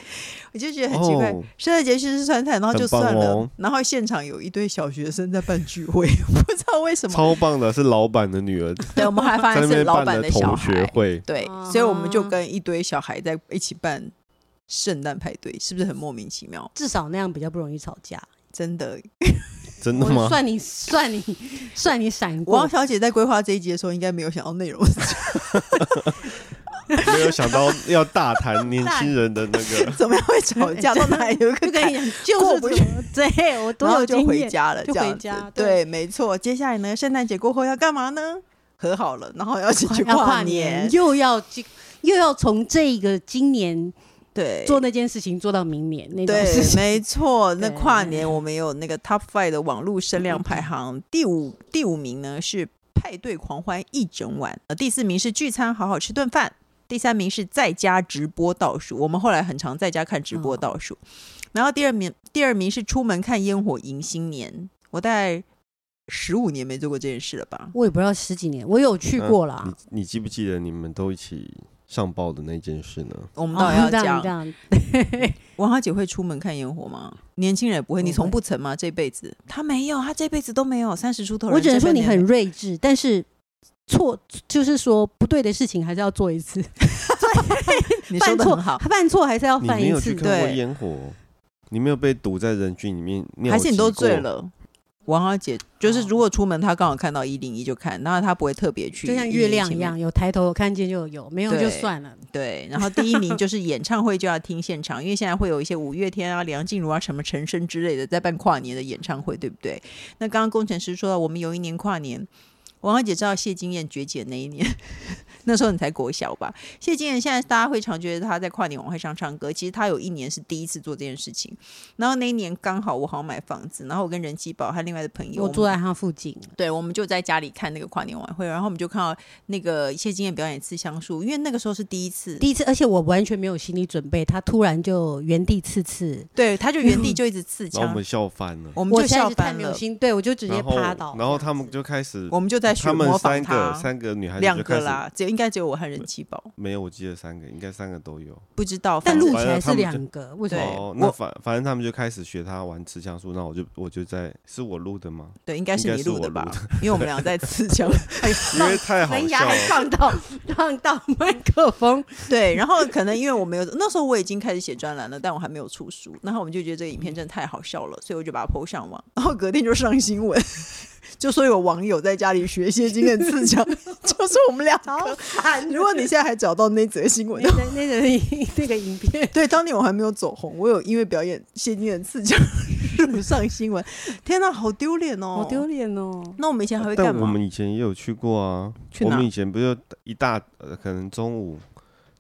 Speaker 1: 我就觉得很奇怪
Speaker 3: 哦。
Speaker 1: 圣诞节去吃川菜，然后就
Speaker 3: 很棒
Speaker 1: 算了，
Speaker 3: 哦
Speaker 1: 然后现场有一堆小学生在办聚会， 不知道为什么。
Speaker 3: 超棒的，是老板的女儿
Speaker 1: 对，我们还发
Speaker 3: 在
Speaker 1: 现
Speaker 3: 那
Speaker 1: 是
Speaker 3: 边
Speaker 1: 老
Speaker 3: 办
Speaker 1: 板
Speaker 3: 的
Speaker 1: 小
Speaker 3: 同学
Speaker 1: 孩，哦
Speaker 3: 会，
Speaker 1: 对，
Speaker 2: 啊
Speaker 1: 所以我们就跟一堆小孩在一起办圣诞派对，是不是很莫名其妙？
Speaker 2: 至少那样比较不容易吵架。
Speaker 1: 真的，
Speaker 3: 真的
Speaker 2: 我
Speaker 3: 吗？
Speaker 2: 算你算你 算你闪
Speaker 3: 哦
Speaker 1: 王
Speaker 2: 过，
Speaker 1: 小姐在规划这一集的时候，应该没有想到内容是
Speaker 3: 没有想到要大谈年轻人的 那个
Speaker 1: 怎么样会吵 架，到哪里有一
Speaker 2: 就
Speaker 1: 个
Speaker 2: 跟
Speaker 1: 坎
Speaker 2: 你讲，就
Speaker 1: 过
Speaker 2: 是
Speaker 1: 不
Speaker 2: 这么对我多
Speaker 1: 然后
Speaker 2: 有
Speaker 1: 就
Speaker 2: 经
Speaker 1: 回
Speaker 2: 验。
Speaker 1: 家了，
Speaker 2: 就
Speaker 1: 这样
Speaker 2: 回
Speaker 1: 子
Speaker 2: 家
Speaker 1: 对，没错。接下来呢，圣诞节过后要干嘛呢？和好了，然后要一起去
Speaker 2: 要跨
Speaker 1: 年，
Speaker 2: 又要去，又要从这个今年
Speaker 1: 对，
Speaker 2: 做那件事情做到明年那种事
Speaker 1: 对，
Speaker 2: 情。
Speaker 1: 没错。那
Speaker 2: 对
Speaker 1: 跨年我们有那个 Top Five 的网络声量排行，第五第五名呢是派对狂欢一整晚，呃，第四名是聚餐好好吃顿饭，第三名是在家直播倒数，我们后来很常在家看直播
Speaker 2: 哦
Speaker 1: 倒数。然后第二名第二名是出门看烟火迎新年，我大概十五年没做过这件事了吧？
Speaker 2: 我也不知道十几年，我有去
Speaker 3: 那
Speaker 2: 过
Speaker 1: 嗯
Speaker 2: 啦。
Speaker 3: 你你记不记得你们都一起上报的那件事呢？
Speaker 1: 我们
Speaker 2: 哦
Speaker 1: 到底要
Speaker 2: 这
Speaker 1: 讲
Speaker 2: 样这样，
Speaker 1: 王小姐会出门看烟火吗？年轻人也不会，你
Speaker 2: 不
Speaker 1: 从
Speaker 2: 会
Speaker 1: 不曾吗？这辈子她没有，她这辈子都没有，三十出头人。
Speaker 2: 我只能说你
Speaker 1: 这辈子
Speaker 2: 很睿智，但是错就是说不对的事情还是要做一次，
Speaker 1: 你说
Speaker 2: 犯
Speaker 1: 的
Speaker 2: 错
Speaker 1: 很好，
Speaker 2: 犯错还是
Speaker 1: 哦
Speaker 2: 要
Speaker 3: 你
Speaker 2: 犯
Speaker 3: 没
Speaker 2: 一
Speaker 3: 有
Speaker 2: 次
Speaker 3: 去。看过
Speaker 1: 对
Speaker 3: 烟火，你没有被堵在人群里面尿急过，
Speaker 1: 还是你都醉了？王小姐就是，
Speaker 2: 哦
Speaker 1: 如果出门，她刚好看到一零一就看，然后她不会特别去，
Speaker 2: 就像月亮一样，。有抬头有看见就有，没有
Speaker 1: 对
Speaker 2: 就算了。
Speaker 1: 对，然后第一名就是演唱会就要听现场，因为现在会有一些五月天啊、梁静茹啊、什么陈升之类的在办跨年的演唱会，对不对？那刚刚工程师说到，我们有一年跨年，王小姐知道谢金燕绝姐那一年， 那时候你才国小吧？谢金燕现在大家会常觉得她在跨年晚会上唱歌，其实她有一年是第一次做这件事情。然后那一年刚好我好像买房子，然后我跟任七宝还有另外的朋友，
Speaker 2: 我
Speaker 1: 们
Speaker 2: 住在他附近，
Speaker 1: 对，我们就在家里看那个跨年晚会，然后我们就看到那个谢金燕表演《刺香树》，因为那个时候是第一次，
Speaker 2: 第一次，而且我完全没有心理准备，他突然就原地刺刺，
Speaker 1: 对，他就原 地就一直刺
Speaker 3: 然后我
Speaker 1: 枪
Speaker 3: 们，笑翻了，
Speaker 1: 我们
Speaker 2: 我
Speaker 1: 就
Speaker 2: 实在
Speaker 1: 笑
Speaker 2: 是太
Speaker 1: 翻
Speaker 2: 没有
Speaker 1: 了，
Speaker 2: 心，对我就直接
Speaker 3: 然后
Speaker 2: 趴倒。
Speaker 3: 然后他们就开始，
Speaker 1: 我们就在学
Speaker 3: 他们
Speaker 1: 模
Speaker 3: 三
Speaker 1: 仿
Speaker 3: 个
Speaker 1: 他。
Speaker 3: 三个女孩子
Speaker 1: 两
Speaker 3: 就
Speaker 1: 个
Speaker 3: 开始
Speaker 1: 啦，只有应该只有我和人气宝，
Speaker 3: 没有，我记得三个，应该三个都有。
Speaker 1: 不知道。
Speaker 2: 但
Speaker 1: 反
Speaker 2: 录
Speaker 1: 正
Speaker 2: 起
Speaker 3: 反
Speaker 2: 来
Speaker 3: 正他
Speaker 2: 是
Speaker 3: 们就
Speaker 2: 两个，为什
Speaker 1: 对
Speaker 2: 么？
Speaker 3: 哦，
Speaker 1: 我
Speaker 3: 那反反正他们就开始学他玩持枪术，那我就我就在是我录 的吗？
Speaker 1: 对，应该是
Speaker 3: 应该
Speaker 1: 你
Speaker 3: 是
Speaker 1: 录的
Speaker 3: 我
Speaker 1: 吧
Speaker 3: 录？
Speaker 1: 因为我们俩在刺 枪。
Speaker 3: 因为太好
Speaker 2: 门
Speaker 3: 笑
Speaker 2: 牙还
Speaker 3: 了，
Speaker 2: 撞到 撞到麦克风，
Speaker 1: 对，然后可能因为我没有那时候我已经开始写专栏了，但我还没有出书，然后我们就觉得这个影片真的太好笑了，所以我就把它 PO 上网，然后隔天就上新闻， 就说有网友在家里学谢金燕刺枪， 就是我们俩。
Speaker 2: 好惨！
Speaker 1: 如果你现在还找到那则新闻
Speaker 2: 那，个那个影那个影片，
Speaker 1: 对，当年我还没有走红，我有因为表演谢金燕刺 枪入上新闻，天哪，好丢脸 哦，
Speaker 2: 好丢。脸哦！
Speaker 1: 那我们以前还会干
Speaker 3: 但我
Speaker 1: 嘛？
Speaker 3: 们以前也有去过啊，
Speaker 1: 去
Speaker 3: 我
Speaker 1: 哪
Speaker 3: 们以前不就一大呃，可能中午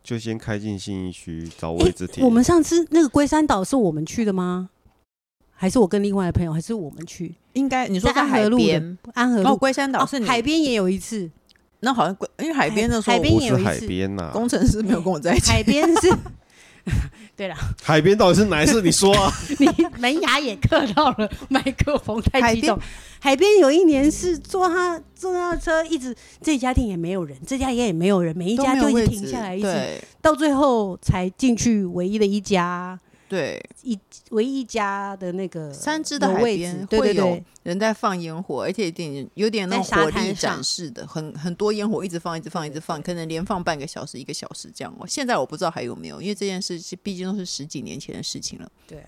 Speaker 3: 就先开进信义区找位置停。
Speaker 2: 我们上次那个龟山岛是我们去的吗？还是我跟另外的朋友，还是我们去
Speaker 1: 应该你说
Speaker 2: 在
Speaker 1: 在
Speaker 2: 安
Speaker 1: 海
Speaker 2: 和路的
Speaker 1: 边，
Speaker 2: 安和
Speaker 1: 哦，
Speaker 2: 路？
Speaker 1: 龟山岛是你
Speaker 2: 海，边也有 一次，
Speaker 1: 那好像龟因为海边的时候
Speaker 2: 海
Speaker 1: 我，
Speaker 2: 边
Speaker 3: 不
Speaker 2: 也
Speaker 3: 是
Speaker 2: 有一
Speaker 3: 海
Speaker 2: 次
Speaker 3: 边呐，
Speaker 1: 工程师没有跟我在一起，
Speaker 2: 海边是
Speaker 3: 海边到底是哪一次？你说啊？
Speaker 2: 你 门牙也刻到了麦克风，太
Speaker 1: 海
Speaker 2: 激
Speaker 1: 边
Speaker 2: 动。海边有一年是坐他坐他的车，一直这家店也没有人，这家店也没有人，每一
Speaker 1: 都
Speaker 2: 家
Speaker 1: 没
Speaker 2: 就
Speaker 1: 有
Speaker 2: 一
Speaker 1: 位
Speaker 2: 直停
Speaker 1: 置
Speaker 2: 下来，一直
Speaker 1: 对
Speaker 2: 到最后才进去唯一的一家，
Speaker 1: 对，
Speaker 2: 唯一一家的那个
Speaker 1: 三只的
Speaker 2: 有
Speaker 1: 海
Speaker 2: 位
Speaker 1: 边
Speaker 2: 置对
Speaker 1: 会
Speaker 2: 对
Speaker 1: 有
Speaker 2: 对，
Speaker 1: 人在放烟火，而且有点有点那种
Speaker 2: 在沙
Speaker 1: 火
Speaker 2: 滩
Speaker 1: 力
Speaker 2: 上
Speaker 1: 展示的，很很多烟火一直放，一直放，一直放，可能连放半个小时、一个小时这样哦。现在我不知道还有没有，因为这件事是毕竟都是十几年前的事情了。
Speaker 2: 对，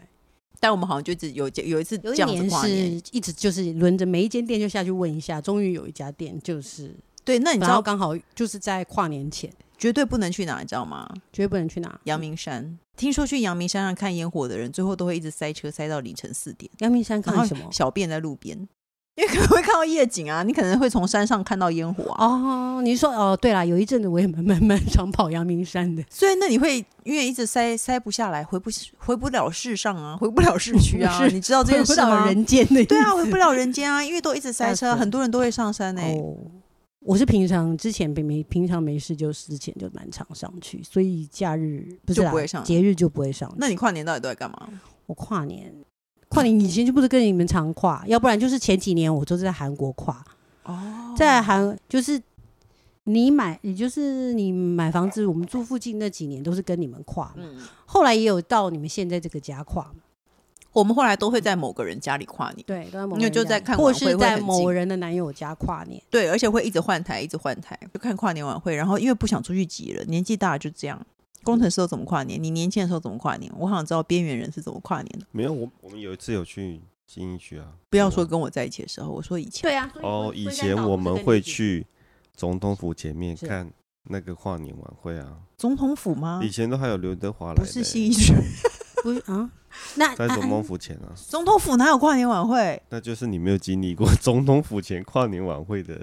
Speaker 1: 但我们好像就只有有一次这
Speaker 2: 有一
Speaker 1: 样子
Speaker 2: 年
Speaker 1: 跨
Speaker 2: 是
Speaker 1: 年，
Speaker 2: 一直就是轮着每一间店就下去问一下，终于有一家店就是，
Speaker 1: 对，那你知
Speaker 2: 然后
Speaker 1: 道
Speaker 2: 刚好就是在跨年前，
Speaker 1: 绝对不能去哪，你知道吗？
Speaker 2: 绝对不能去哪。
Speaker 1: 阳明山，听说去阳明山上看烟火的人，最后都会一直塞车塞到凌晨四点。
Speaker 2: 阳明山
Speaker 1: 然后
Speaker 2: 看什么？
Speaker 1: 小便在路边，因为可能会看到夜景啊，你可能会从山上看到烟火啊。
Speaker 2: 哦，你说哦，对啦，有一阵子我也蛮蛮蛮常跑阳明山的，
Speaker 1: 所以那你会因为一直塞塞不下来，回不回不了世上啊， 回不了市区啊，
Speaker 2: 是
Speaker 1: 你知道这
Speaker 2: 回
Speaker 1: 件
Speaker 2: 不
Speaker 1: 事
Speaker 2: 到
Speaker 1: 吗？
Speaker 2: 人间的意思。
Speaker 1: 对 啊，回不了人间啊，因为都一直塞车，
Speaker 2: 吓死
Speaker 1: 很多人都会上山呢、欸
Speaker 2: 哦，我是平常之前平没平常没事，就是之前就蛮常上去，所以假日不是
Speaker 1: 就
Speaker 2: 啦
Speaker 1: 不会上
Speaker 2: 节日就不会上去。
Speaker 1: 那你跨年到底都在干嘛？
Speaker 2: 我跨年，跨年以前就不是跟你们常跨，
Speaker 1: 嗯
Speaker 2: 要不然就是前几年我都是在韩国跨，
Speaker 1: 哦
Speaker 2: 在韩就是你买，也就是你买房子，我们住附近那几年都是跟你们跨嘛，
Speaker 1: 嗯，
Speaker 2: 后来也有到你们现在这个家跨嘛，
Speaker 1: 我们后来都会在某个人家里跨年，
Speaker 2: 对，都在某
Speaker 1: 因为
Speaker 2: 人
Speaker 1: 就
Speaker 2: 家
Speaker 1: 在看
Speaker 2: 或
Speaker 1: 晚会
Speaker 2: 是
Speaker 1: 会
Speaker 2: 在
Speaker 1: 很
Speaker 2: 某
Speaker 1: 近
Speaker 2: 人的男友家跨年。
Speaker 1: 对，而且会一直换台，一直换台，就看跨年晚会。然后因为不想出去挤了，年纪大了就这样。工程师都怎么跨年？你年轻的时候怎么跨年？我好想知道边缘人是怎么跨年的。
Speaker 3: 没有，我我们有一次有去信义区啊。
Speaker 1: 不要说跟我在一起的时候，我说以前。
Speaker 2: 对啊，
Speaker 3: 哦，以前我们会去总统府前面看那个跨年晚会啊。
Speaker 1: 总统府吗
Speaker 3: 以？前都还有刘德华来的
Speaker 1: 不
Speaker 3: 欸，
Speaker 1: 是信义区，
Speaker 2: 不是啊，那
Speaker 3: 在总统
Speaker 2: 啊
Speaker 3: 府前啊，
Speaker 1: 总统府哪有跨年晚会？
Speaker 3: 那就是你没有经历过总统府前跨年晚会的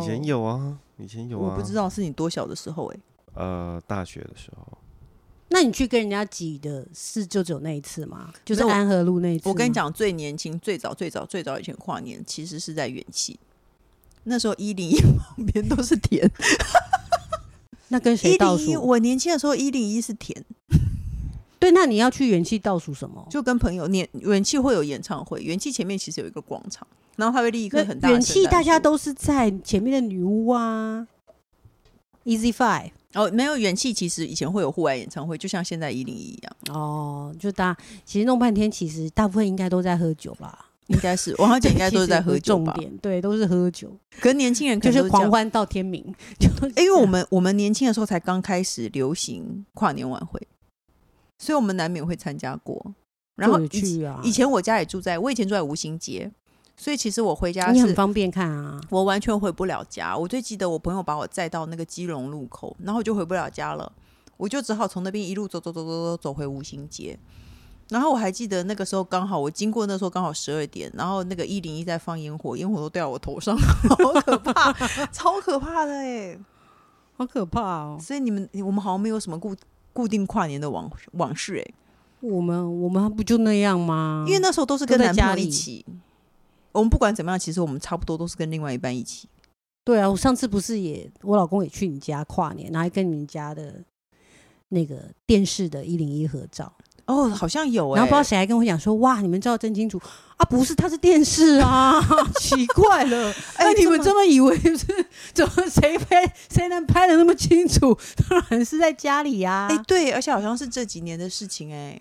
Speaker 3: 以前
Speaker 1: 哦
Speaker 3: 有啊，以前有啊，
Speaker 1: 我不知道是你多小的时候哎、
Speaker 3: 呃，大学的时候，
Speaker 2: 那你去跟人家挤的是就只有那一次吗？就是
Speaker 1: 没有
Speaker 2: 安和路那一次。
Speaker 1: 我跟你，讲，最年轻、最早、最早、最早以前跨年，其实是在元气。那时候一零一旁边都是 田，
Speaker 2: 那跟
Speaker 1: 一
Speaker 2: 谁倒
Speaker 1: 零一
Speaker 2: 数？
Speaker 1: 我年轻的时候一零一是田，
Speaker 2: 对，那你要去元气倒数什么？
Speaker 1: 就跟朋友年元气会有演唱会，元气前面其实有一个广场，然后他会立一棵很大的
Speaker 2: 元
Speaker 1: 圣
Speaker 2: 气
Speaker 1: 诞
Speaker 2: 大家
Speaker 1: 树
Speaker 2: 都是在前面的女巫啊，Easy Five
Speaker 1: 哦没有元气，其实以前会有户外演唱会，就像现在一零一一样，
Speaker 2: 哦，就大其实弄半天，其实大部分应该都在喝酒啦。
Speaker 1: 应该是王小姐应该
Speaker 2: 其
Speaker 1: 都是
Speaker 2: 实
Speaker 1: 在
Speaker 2: 也不
Speaker 1: 喝酒
Speaker 2: 重
Speaker 1: 吧，
Speaker 2: 点对，都是喝酒，
Speaker 1: 可是年轻人可
Speaker 2: 就
Speaker 1: 能都
Speaker 2: 是
Speaker 1: 这样
Speaker 2: 狂欢到天明。就
Speaker 1: 因为
Speaker 2: 啊
Speaker 1: 我们我们年轻的时候才刚开始流行跨年晚会，所以我们难免会参加过。然后
Speaker 2: 就有
Speaker 1: 以前
Speaker 2: 去啊，
Speaker 1: 以前我家也住在，我以前住在吴兴街，所以其实我回家
Speaker 2: 你很
Speaker 1: 是
Speaker 2: 方便看啊。
Speaker 1: 我完全回不了家。我最记得我朋友把我载到那个基隆路口，然后我就回不了家了，我就只好从那边一路走走走走走走回吴兴街。然后我还记得那个时候刚好我经过那时候刚好十二点，然后那个一零一在放烟火，烟火都掉我头上， 好可怕，超可怕的哎、
Speaker 2: 好可怕哦！
Speaker 1: 所以你们我们好像没有什么固固定跨年的往往事哎、
Speaker 2: 我们我们不就那样吗？
Speaker 1: 因为那时候都是跟
Speaker 2: 嗯都在
Speaker 1: 男朋
Speaker 2: 家
Speaker 1: 友
Speaker 2: 里
Speaker 1: 一起。我们不管怎么样，其实我们差不多都是跟另外一半一起。
Speaker 2: 对啊，我上次不是也我老公也去你家跨年，然后还跟你们家的那个电视的一零一合照，
Speaker 1: 哦，好像有哎、
Speaker 2: 然后不知道谁还跟我讲说哇，你们照得真清楚啊，不是，它是电视 啊，奇怪了，
Speaker 1: 哎
Speaker 2: 哎、你们
Speaker 1: 这
Speaker 2: 这么以为是怎么谁拍谁能拍的那么清楚？当然是在家里啊呀、
Speaker 1: 哎、对，而且好像是这几年的事情哎、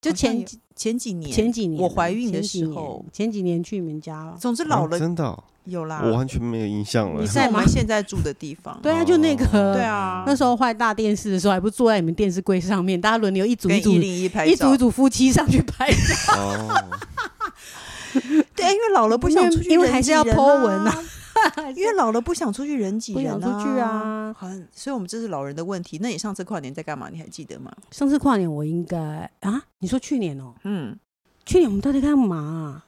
Speaker 2: 就
Speaker 1: 好像
Speaker 2: 前
Speaker 1: 有前几年
Speaker 2: 前几年
Speaker 1: 我
Speaker 2: 啊
Speaker 1: 怀孕的
Speaker 2: 前几
Speaker 1: 时
Speaker 2: 年
Speaker 1: 候，
Speaker 2: 前几年去你们家了，
Speaker 1: 总之
Speaker 3: 啊
Speaker 1: 老了
Speaker 3: 真的哦、
Speaker 1: 有啦。
Speaker 3: 我完全没有印象了
Speaker 1: 你。
Speaker 2: 在
Speaker 1: 在我们
Speaker 2: 吗
Speaker 1: 现在住的地方，
Speaker 2: 对啊，就那个、
Speaker 3: 哦
Speaker 1: 对啊
Speaker 2: 那时候坏大电视的时候，还不坐在你们电视柜上面，大家轮流一组
Speaker 1: 跟
Speaker 2: 一组
Speaker 1: 一零一拍
Speaker 2: 一组
Speaker 1: 照
Speaker 2: 一。组夫妻上去拍，
Speaker 3: 哦，
Speaker 1: 对，因为老了不想出去人挤人、
Speaker 2: 因为因为还是要 po 文啊，
Speaker 1: 因为老了不想出去人挤
Speaker 2: 不
Speaker 1: 人、
Speaker 2: 想出去。啊。
Speaker 1: 好像，所以我们这是老人的问题。那你上次跨年在干嘛？你还记得吗？
Speaker 2: 上次跨年我应该啊，你说去年哦、
Speaker 1: 嗯，
Speaker 2: 去年我们到底干嘛啊、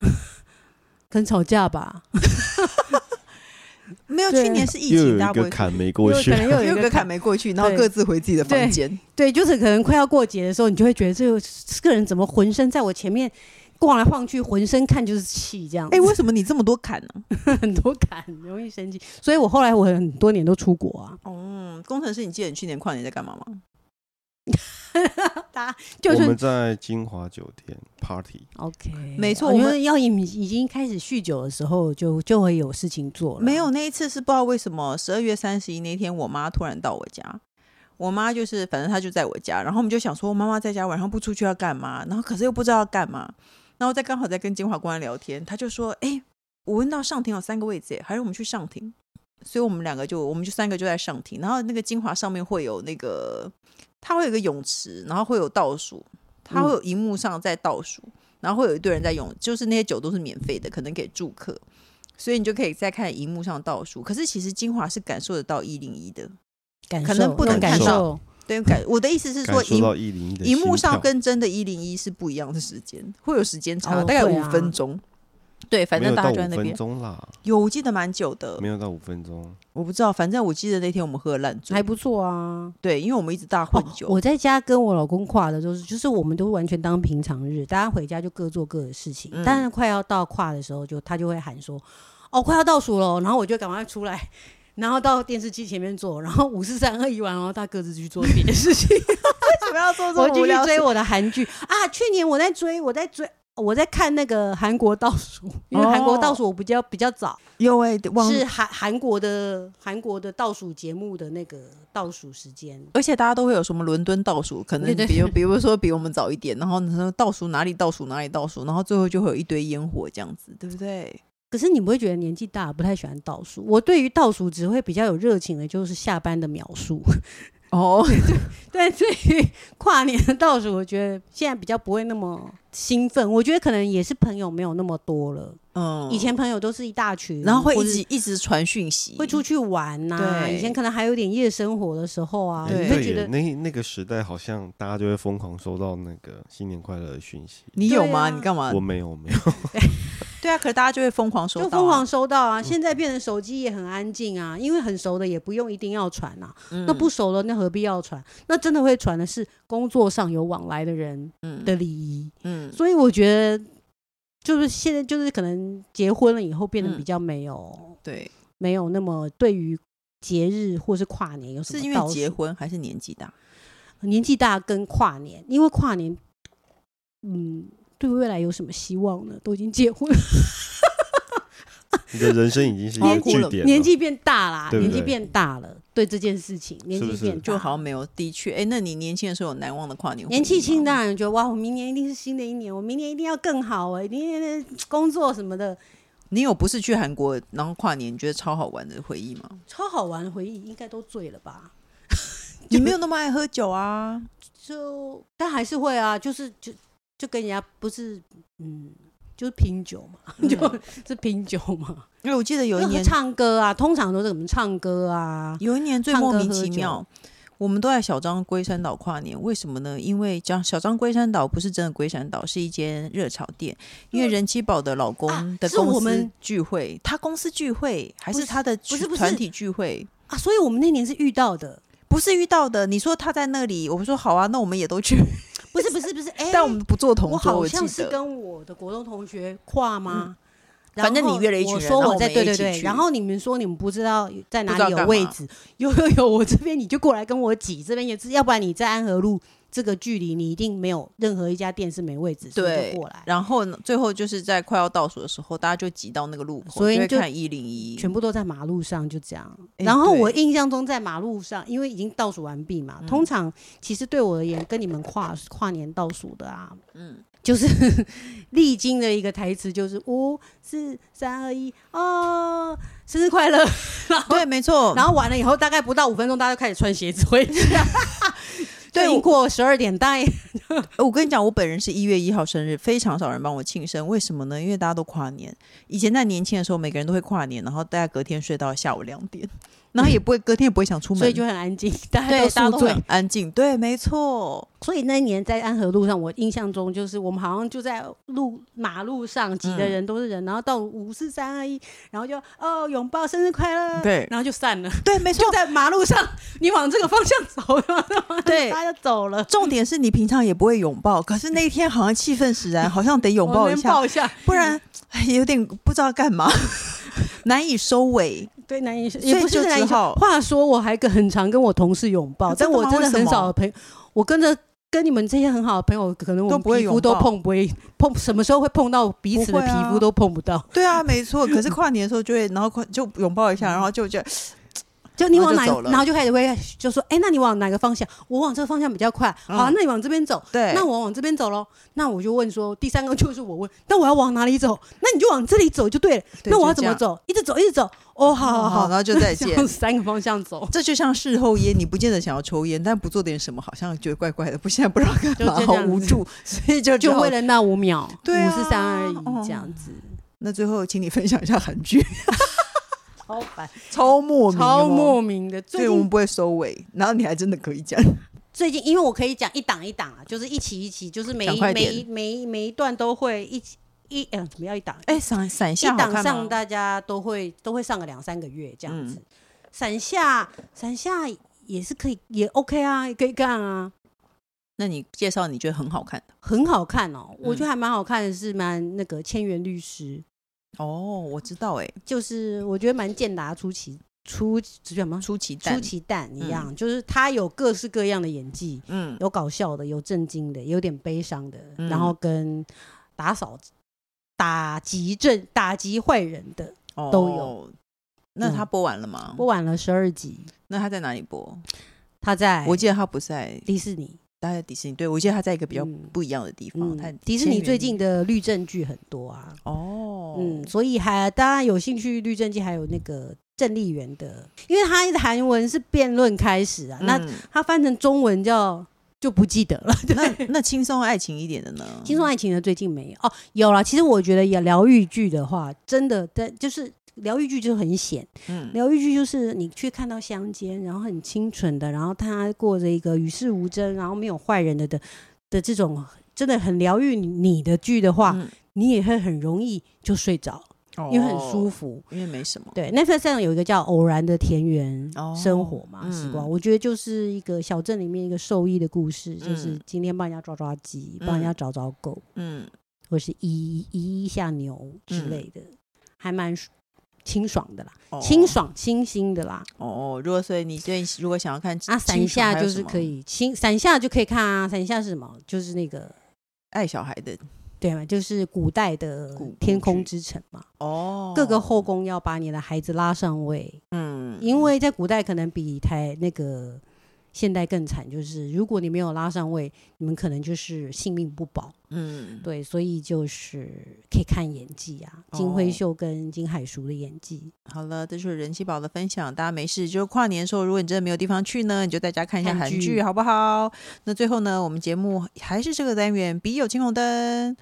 Speaker 2: 跟吵架吧，
Speaker 1: 没有，
Speaker 2: 对
Speaker 1: 去年是 疫
Speaker 3: 又有
Speaker 1: 情，大
Speaker 3: 一
Speaker 1: 家不
Speaker 3: 个
Speaker 1: 会
Speaker 3: 坎没
Speaker 2: 因
Speaker 3: 过
Speaker 2: 为
Speaker 3: 去
Speaker 2: 可，能又
Speaker 1: 又
Speaker 2: 有
Speaker 1: 有
Speaker 2: 一
Speaker 1: 个
Speaker 2: 个
Speaker 1: 坎没过去，然后
Speaker 2: 对
Speaker 1: 各自回自己的房
Speaker 2: 对
Speaker 1: 间。
Speaker 2: 对，就是可能快要过节的时候，你就会觉得这个这个人怎么浑身在我前面逛来晃去，浑身看就是气，这样
Speaker 1: 哎，为什么你这么多坎呢？
Speaker 2: 很多感，容易生气。所以我后来我很多年都出国啊，
Speaker 1: 哦，工程师，你记得你去年跨年在干嘛吗？
Speaker 2: 大家
Speaker 3: 我
Speaker 2: 就
Speaker 3: 们
Speaker 2: 是
Speaker 3: 在金华酒店 party，
Speaker 2: OK，
Speaker 1: 没错
Speaker 2: 因
Speaker 1: 我
Speaker 2: 为要已已经开始酗酒的时候就，就会有事情做了。
Speaker 1: 没有，那一次是不知道为什么，十二月三十一那天，我妈突然到我家。我妈就是，反正她就在我家，然后我们就想说，妈妈在家晚上不出去要干嘛？然后可是又不知道要干嘛，然后在刚好在跟金华公安聊天，她就说：“哎、我问到上庭有三个位置耶，还是我们去上庭？”所以我们两个就，我们就三个就在上庭，然后那个金华上面会有那个，它会有一个泳池，然后会有倒数，它会有荧幕上在倒数，然后会有一堆人在泳，就是那些酒都是免费的，可能给住客。所以你就可以再看荧幕上倒数。可是其实金华是感受得到一零一的，
Speaker 2: 感受，
Speaker 1: 可能不
Speaker 2: 那
Speaker 1: 能
Speaker 2: 种感
Speaker 1: 看到
Speaker 2: 受。
Speaker 1: 对，感我的意思是
Speaker 3: 感
Speaker 1: 说
Speaker 3: 受
Speaker 1: 荧
Speaker 3: 到一零一的
Speaker 1: 荧幕
Speaker 3: 心
Speaker 1: 上
Speaker 3: 跳
Speaker 1: 跟真的一零一是不一样的时间，会有时间差，
Speaker 2: 哦
Speaker 1: 大概
Speaker 2: 会
Speaker 1: 五
Speaker 2: 啊
Speaker 1: 分钟。对，反
Speaker 3: 没
Speaker 1: 正
Speaker 3: 有
Speaker 1: 大家
Speaker 3: 到
Speaker 1: 就在
Speaker 3: 五
Speaker 1: 那
Speaker 3: 分
Speaker 1: 边。
Speaker 3: 钟啦，
Speaker 1: 有，我记得蛮久的
Speaker 3: 没，有到五分钟。
Speaker 1: 我不知道。反正我记得那天我们喝了烂醉
Speaker 2: 还，不错啊。
Speaker 1: 对，因为我们一直大混酒。
Speaker 2: 哦我在家跟我老公跨的都是，就是我们都完全当平常日，大家回家就各做各的事情。
Speaker 1: 嗯
Speaker 2: 但是快要到跨的时候就，他就会喊说：“哦，快要倒数了哦。”然后我就赶快出来，然后到电视机前面坐，然后五四三二一完，然后大家各自去做别的事情。
Speaker 1: 为什么要做
Speaker 2: 我继续
Speaker 1: 的
Speaker 2: 追
Speaker 1: 事
Speaker 2: 我的韩剧啊！去年我在追，我在追，我在看那个韩国倒数，因为韩
Speaker 1: 哦
Speaker 2: 国倒数我比较比较早，
Speaker 1: 有哎、欸，忘
Speaker 2: 是韩韩国的韩国的倒数节目的那个倒数时间。
Speaker 1: 而且大家都会有什么伦敦倒数，可能
Speaker 2: 对对
Speaker 1: 比如比如说比我们早一点，然后呢倒数哪里倒数哪里倒数，然后最后就会有一堆烟火这样子，对不对？
Speaker 2: 可是你不会觉得年纪大不太喜欢倒数？我对于倒数只会比较有热情的，就是下班的秒数。
Speaker 1: 哦，
Speaker 2: 对，对于跨年的倒数，我觉得现在比较不会那么兴奋。我觉得可能也是朋友没有那么多了，
Speaker 1: 嗯
Speaker 2: 以前朋友都是一大群，
Speaker 1: 然后会
Speaker 2: 或
Speaker 1: 一
Speaker 2: 是
Speaker 1: 直一直传讯息，
Speaker 2: 会出去玩呐、
Speaker 1: 对
Speaker 2: 以前可能还有点夜生活的时候啊，
Speaker 3: 哎
Speaker 1: 对
Speaker 2: 你
Speaker 3: 对
Speaker 2: 会觉
Speaker 3: 耶
Speaker 2: 得
Speaker 3: 那那个时代好像大家就会疯狂收到那个新年快乐的讯息。
Speaker 1: 你有吗？
Speaker 2: 对啊
Speaker 1: 你干嘛
Speaker 3: 我？没有，我没有，
Speaker 1: 对啊，可是大家就会疯狂收
Speaker 2: 就
Speaker 1: 到、
Speaker 2: 疯狂，收到
Speaker 1: 嗯
Speaker 2: 啊！现在变成手机也很安静啊，因为很熟的也不用一定要传啊，
Speaker 1: 嗯
Speaker 2: 那不熟了那何必要传？那真的会传的是工作上有往来的人
Speaker 1: 嗯
Speaker 2: 的礼仪，
Speaker 1: 嗯，
Speaker 2: 所以我觉得就是现在就是可能结婚了以后变得
Speaker 1: 嗯
Speaker 2: 比较没有
Speaker 1: 对，
Speaker 2: 没有那么对于节日或是跨年有什
Speaker 1: 是
Speaker 2: 么
Speaker 1: 因
Speaker 2: 倒
Speaker 1: 为
Speaker 2: 数
Speaker 1: 结婚还是年纪大？
Speaker 2: 年纪大跟跨年，因为跨年，嗯，对未来有什么希望呢？都已经结婚了，
Speaker 3: 你的人生已经是一
Speaker 1: 年
Speaker 3: 个
Speaker 1: 纪
Speaker 3: 据
Speaker 1: 了
Speaker 3: 点了，
Speaker 2: 年纪变大啦，
Speaker 3: 对不对
Speaker 2: 年纪变大了，对这件事情，年纪
Speaker 3: 是不是
Speaker 2: 变大
Speaker 1: 就好像没有的确，哎，那你年轻的时候有难忘的跨年回忆吗？
Speaker 2: 啊年纪轻当然觉得哇，我明年一定是新的一年，我明年一定要更好，哎我一定工作什么的，
Speaker 1: 你有不是去韩国然后跨年，你觉得超好玩的回忆吗？
Speaker 2: 超好玩的回忆，应该都醉了 吧？
Speaker 1: 你没有那么爱喝酒啊？
Speaker 2: 就但还是会啊，就是就就跟人家不是，嗯，就是拼酒嘛， 就是拼酒嘛。
Speaker 1: 因为我记得有一
Speaker 2: 那
Speaker 1: 年，
Speaker 2: 唱歌啊，通常都是我们唱歌啊，
Speaker 1: 有一年最
Speaker 2: 唱
Speaker 1: 莫
Speaker 2: 歌
Speaker 1: 名
Speaker 2: 喝
Speaker 1: 其
Speaker 2: 酒
Speaker 1: 妙，我们都在小张龟山岛跨年，为什么呢？因为讲小张龟山岛不是真的龟山岛，是一间热炒店。因为
Speaker 2: 嗯
Speaker 1: 任七宝的老公
Speaker 2: 啊
Speaker 1: 的
Speaker 2: 是
Speaker 1: 公
Speaker 2: 我
Speaker 1: 司
Speaker 2: 们
Speaker 1: 聚会，他公司聚会还
Speaker 2: 不
Speaker 1: 是
Speaker 2: 是
Speaker 1: 他的
Speaker 2: 不是
Speaker 1: 群
Speaker 2: 不
Speaker 1: 团
Speaker 2: 是
Speaker 1: 体聚会？
Speaker 2: 啊，所以我们那年是遇到的，
Speaker 1: 不是遇到的，你说他在那里，我们说好啊，那我们也都去，
Speaker 2: 不是不是不是，哎、
Speaker 1: 但我们不做同
Speaker 2: 我
Speaker 1: 桌。
Speaker 2: 好
Speaker 1: 记
Speaker 2: 像是
Speaker 1: 得，嗯
Speaker 2: 跟我的国中同学跨吗？然
Speaker 1: 反正你
Speaker 2: 后
Speaker 1: 约了一群
Speaker 2: 我
Speaker 1: 人
Speaker 2: 说
Speaker 1: 然后我
Speaker 2: 在
Speaker 1: 们
Speaker 2: 对
Speaker 1: 也一
Speaker 2: 对
Speaker 1: 起
Speaker 2: 对，
Speaker 1: 去
Speaker 2: 然后你们说你们不知道在
Speaker 1: 不知道
Speaker 2: 哪里有
Speaker 1: 干
Speaker 2: 位
Speaker 1: 嘛
Speaker 2: 置，有有有，我这边你就过来跟我挤，这边也是，要不然你在安和路这个距离，你一定没有任何一家店是没位置，所以
Speaker 1: 对
Speaker 2: 就过来，
Speaker 1: 然后呢，最后就是在快要倒数的时候，大家就挤到那个路口，
Speaker 2: 所以
Speaker 1: 会
Speaker 2: 就
Speaker 1: 看一零一，
Speaker 2: 全部都在马路上，就这样。
Speaker 1: 哎
Speaker 2: 然后我
Speaker 1: 对嗯
Speaker 2: 印象中在马路上，因为已经倒数完毕嘛，通常其实对我而言，跟你们跨跨年倒数的啊，
Speaker 1: 嗯，
Speaker 2: 就是 历经的一个台词，就是五四三二一哦，生日快乐。
Speaker 1: 对，没错。
Speaker 2: 然后完了以后，大概不到五分钟，大家就开始穿鞋子回家。
Speaker 1: 对
Speaker 2: 对，已经
Speaker 1: 我
Speaker 2: 过十二点，大概
Speaker 1: 呃我跟你讲，我本人是一月一号生日，非常少人帮我庆生。为什么呢？因为大家都跨年。以前在年轻的时候，每个人都会跨年，然后大家隔天睡到下午两点，然后也不会隔天也不会想出门，
Speaker 2: 所以就很安静，大家
Speaker 1: 对
Speaker 2: 都
Speaker 1: 大家
Speaker 2: 宿
Speaker 1: 都会
Speaker 2: 醉
Speaker 1: 很。安静。对，没错，
Speaker 2: 所以那一年在安和路上，我印象中就是我们好像就在路马路上挤
Speaker 1: 嗯
Speaker 2: 的人都是人，然后到五四三二一，然后就哦拥抱生日快乐，
Speaker 1: 对
Speaker 2: 然后就散了，
Speaker 1: 对，没错
Speaker 2: 就。在马路上，你往这个方向走，然后
Speaker 1: 对
Speaker 2: 大家就走了，
Speaker 1: 重点是你平常也不会拥抱，可是那一天好像气氛使然，好像得拥抱一
Speaker 2: 我们
Speaker 1: 下，
Speaker 2: 抱一下，
Speaker 1: 不然哎 有点不知道干嘛， 难以收尾。
Speaker 2: 对，难以想，
Speaker 1: 所以
Speaker 2: 也不
Speaker 1: 就是
Speaker 2: 难以
Speaker 1: 只好
Speaker 2: 想。话说，我还跟很常跟我同事拥抱，
Speaker 1: 啊
Speaker 2: 但
Speaker 1: 真的
Speaker 2: 我
Speaker 1: 吗
Speaker 2: 真的
Speaker 1: 为什
Speaker 2: 很
Speaker 1: 么
Speaker 2: 少的朋友，我跟着。跟你们这些很好的朋友，可能我
Speaker 1: 都
Speaker 2: 们
Speaker 1: 不会
Speaker 2: 皮肤
Speaker 1: 拥
Speaker 2: 都
Speaker 1: 抱
Speaker 2: 碰不会碰，什么时候会碰到彼
Speaker 1: 不
Speaker 2: 此的
Speaker 1: 会
Speaker 2: 皮
Speaker 1: 啊
Speaker 2: 肤都碰不到。
Speaker 1: 对啊，没错。可是跨年的时候就会，然后跨就拥抱一下，然后就就
Speaker 2: 就你
Speaker 1: 然后
Speaker 2: 往
Speaker 1: 就
Speaker 2: 哪
Speaker 1: 走
Speaker 2: 个，
Speaker 1: 了
Speaker 2: 然后就开始会就说，哎、那你往哪个方向？我往这个方向比较快，好、啊，
Speaker 1: 嗯
Speaker 2: 那你往这边走，
Speaker 1: 对。
Speaker 2: 那我往这边走喽。那我就问说，第三个就是我问，那我要往哪里走？那你就往这里走就对了。
Speaker 1: 对
Speaker 2: 那我
Speaker 1: 就
Speaker 2: 要
Speaker 1: 这
Speaker 2: 怎么
Speaker 1: 样
Speaker 2: 走？一直走，一直走。哦，好好好，
Speaker 1: 嗯然后就再 见。
Speaker 2: 向三个方向 走，
Speaker 1: 这就像事后烟，你不见得想要抽烟，但不做点什么，好像觉得怪怪的，不现在不知道干嘛，
Speaker 2: 就就
Speaker 1: 好
Speaker 2: 这样子
Speaker 1: 无助，所以就
Speaker 2: 就为
Speaker 1: 了
Speaker 2: 了那五秒，
Speaker 1: 对啊
Speaker 2: 五四三二一
Speaker 1: 哦
Speaker 2: 这样子，
Speaker 1: 那最后，请你分享一下韩剧，
Speaker 2: 超白，
Speaker 1: 超哦莫名，
Speaker 2: 超莫
Speaker 1: 莫，
Speaker 2: 名的。
Speaker 1: 所
Speaker 2: 最
Speaker 1: 以我们
Speaker 2: 近
Speaker 1: 不会收尾，然后你还真的可以讲，
Speaker 2: 最近，因为我可以讲一档一档啊，就是一期一期，就是每
Speaker 1: 讲
Speaker 2: 一
Speaker 1: 快
Speaker 2: 每
Speaker 1: 点
Speaker 2: 一每一每一段都会一起一嗯、不要一档，
Speaker 1: 哎，闪闪
Speaker 2: 一
Speaker 1: 下好
Speaker 2: 档
Speaker 1: 看
Speaker 2: 上
Speaker 1: 吗？
Speaker 2: 大家都会都会上个两三个月这样
Speaker 1: 嗯
Speaker 2: 子。伞下伞下也是可以，也 OK 啊，也可以看啊，
Speaker 1: 那你介绍你觉得很好看的
Speaker 2: 很好看哦。我觉
Speaker 1: 嗯
Speaker 2: 得还蛮好看的，是蛮那个千元律师，
Speaker 1: 哦，我知道，哎，
Speaker 2: 就是我觉得蛮健达出奇出这叫什么
Speaker 1: 出奇蛋
Speaker 2: 出，奇蛋一样，就是他有各式各样的演技，
Speaker 1: 嗯，
Speaker 2: 有搞笑的，有震惊的，有点悲伤的，
Speaker 1: 嗯
Speaker 2: 然后跟打扫打击正打击坏人的。
Speaker 1: 哦
Speaker 2: 都有。
Speaker 1: 那
Speaker 2: 嗯
Speaker 1: 他播完了吗？
Speaker 2: 播完了十二集，
Speaker 1: 那他在哪里播？
Speaker 2: 他在
Speaker 1: 我记得他不在，
Speaker 2: 迪士尼。
Speaker 1: 他在迪士尼，对我记得他在一个比较
Speaker 2: 嗯
Speaker 1: 不一样的地方。他
Speaker 2: 嗯，迪士
Speaker 1: 千
Speaker 2: 尼
Speaker 1: 元
Speaker 2: 最近的律政剧很多啊，
Speaker 1: 哦，
Speaker 2: 嗯，所以还当然有兴趣律政剧，还有那个郑丽媛的，因为他的韩文是辩论开始啊，那
Speaker 1: 嗯
Speaker 2: 他翻成中文叫就不记得了。
Speaker 1: 那 那轻松爱情一点的呢？
Speaker 2: 听说爱情的最近没有哦，有了。其实我觉得也疗愈剧的话，真的，但就是疗愈剧就很显，
Speaker 1: 嗯，
Speaker 2: 疗愈剧就是你去看到乡间，然后很清纯的，然后他过着一个与世无争，然后没有坏人的的的这种，真的很疗愈你的剧的话，
Speaker 1: 嗯
Speaker 2: 你也会很容易就睡着，因为很
Speaker 1: 哦
Speaker 2: 舒，服。
Speaker 1: 因为没什么。
Speaker 2: 对，Netflix 上有一个叫《偶然的田园
Speaker 1: 哦
Speaker 2: 生活》嘛，时光，
Speaker 1: 嗯
Speaker 2: 我觉得就是一个小镇里面一个兽医的故事，就是
Speaker 1: 嗯
Speaker 2: 今天帮人家抓抓鸡，
Speaker 1: 嗯
Speaker 2: 帮人家找找狗，
Speaker 1: 嗯，
Speaker 2: 或是移移一下牛之
Speaker 1: 嗯
Speaker 2: 类的，还蛮舒清爽的啦，
Speaker 1: 哦
Speaker 2: 清爽清新的啦。
Speaker 1: 哦。如果所以你对如果想要看
Speaker 2: 啊，闪
Speaker 1: 清
Speaker 2: 一
Speaker 1: 爽
Speaker 2: 下
Speaker 1: 还有
Speaker 2: 就
Speaker 1: 什
Speaker 2: 是
Speaker 1: 么
Speaker 2: 可以清，闪一下就可以看啊。闪一下是什么？就是那个
Speaker 1: 爱小孩的
Speaker 2: 对嘛，就是古代的
Speaker 1: 古
Speaker 2: 天
Speaker 3: 古
Speaker 2: 空
Speaker 3: 剧
Speaker 2: 之城嘛。
Speaker 1: 哦，
Speaker 2: 各个后宫要把你的孩子拉上位，
Speaker 1: 嗯，
Speaker 2: 因为在古代可能比台那个现代更惨，就是如果你没有拉上位，你们可能就是性命不保。
Speaker 1: 嗯
Speaker 2: 对，所以就是可以看演技啊，金
Speaker 1: 哦
Speaker 2: 惠秀跟金海淑的演技，
Speaker 1: 好了，这就是人气宝的分享。大家没事，就是跨年的时候，如果你真的没有地方去呢，你就在家看一下
Speaker 2: 看
Speaker 1: 韩
Speaker 2: 剧
Speaker 1: 剧，好不好？那最后呢，我们节目还是这个单元，笔友青红灯，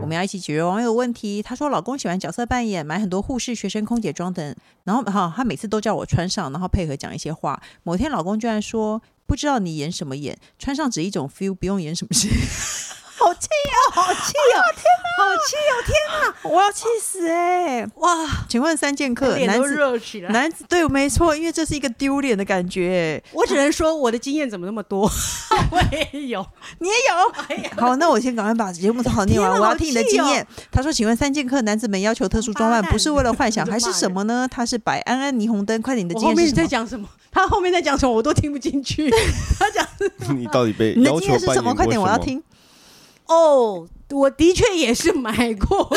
Speaker 1: 我们要一起解决网友问题。她说，老公喜欢角色扮演，买很多护士、学生、空姐装等，然后哈，她每次都叫我穿上，然后配合讲一些话。某天，老公居然说，不知道你演什么演，穿上只一种 feel，不用演什么事。 好气哦，好气哦！天哪，好气哦！天哪，我要气死哎、
Speaker 2: 哇，
Speaker 1: 请问三剑客，
Speaker 2: 脸
Speaker 1: 男
Speaker 2: 都
Speaker 1: 子
Speaker 2: 热起来。
Speaker 1: 男子对，没错，因为这是一个丢脸的感 觉。
Speaker 2: 我只能说我的经验怎么那么多， 我也有，
Speaker 1: 你也有？好，那我先赶快把节目好 念完，
Speaker 2: 天啊
Speaker 1: 我要听你的经
Speaker 2: 好气
Speaker 1: 验。他说：“请问三剑客男子们要求特殊装扮，
Speaker 2: 王八蛋
Speaker 1: 不是为了幻想，
Speaker 2: 你
Speaker 1: 还
Speaker 2: 就骂
Speaker 1: 是什么呢？他是白安安霓虹灯，快点，你的
Speaker 2: 我
Speaker 1: 经
Speaker 2: 后
Speaker 1: 验是什
Speaker 2: 面在
Speaker 1: 么？
Speaker 2: 讲什么，他后面在讲什么我都听不 进去。
Speaker 3: 你到底被
Speaker 1: 你的
Speaker 3: 要
Speaker 1: 经
Speaker 3: 求
Speaker 1: 验是
Speaker 3: 扮
Speaker 1: 什
Speaker 3: 演
Speaker 1: 么？
Speaker 3: 过
Speaker 1: 快点，我要
Speaker 3: 什么。
Speaker 1: 听。
Speaker 2: 哦，我的确也是买过，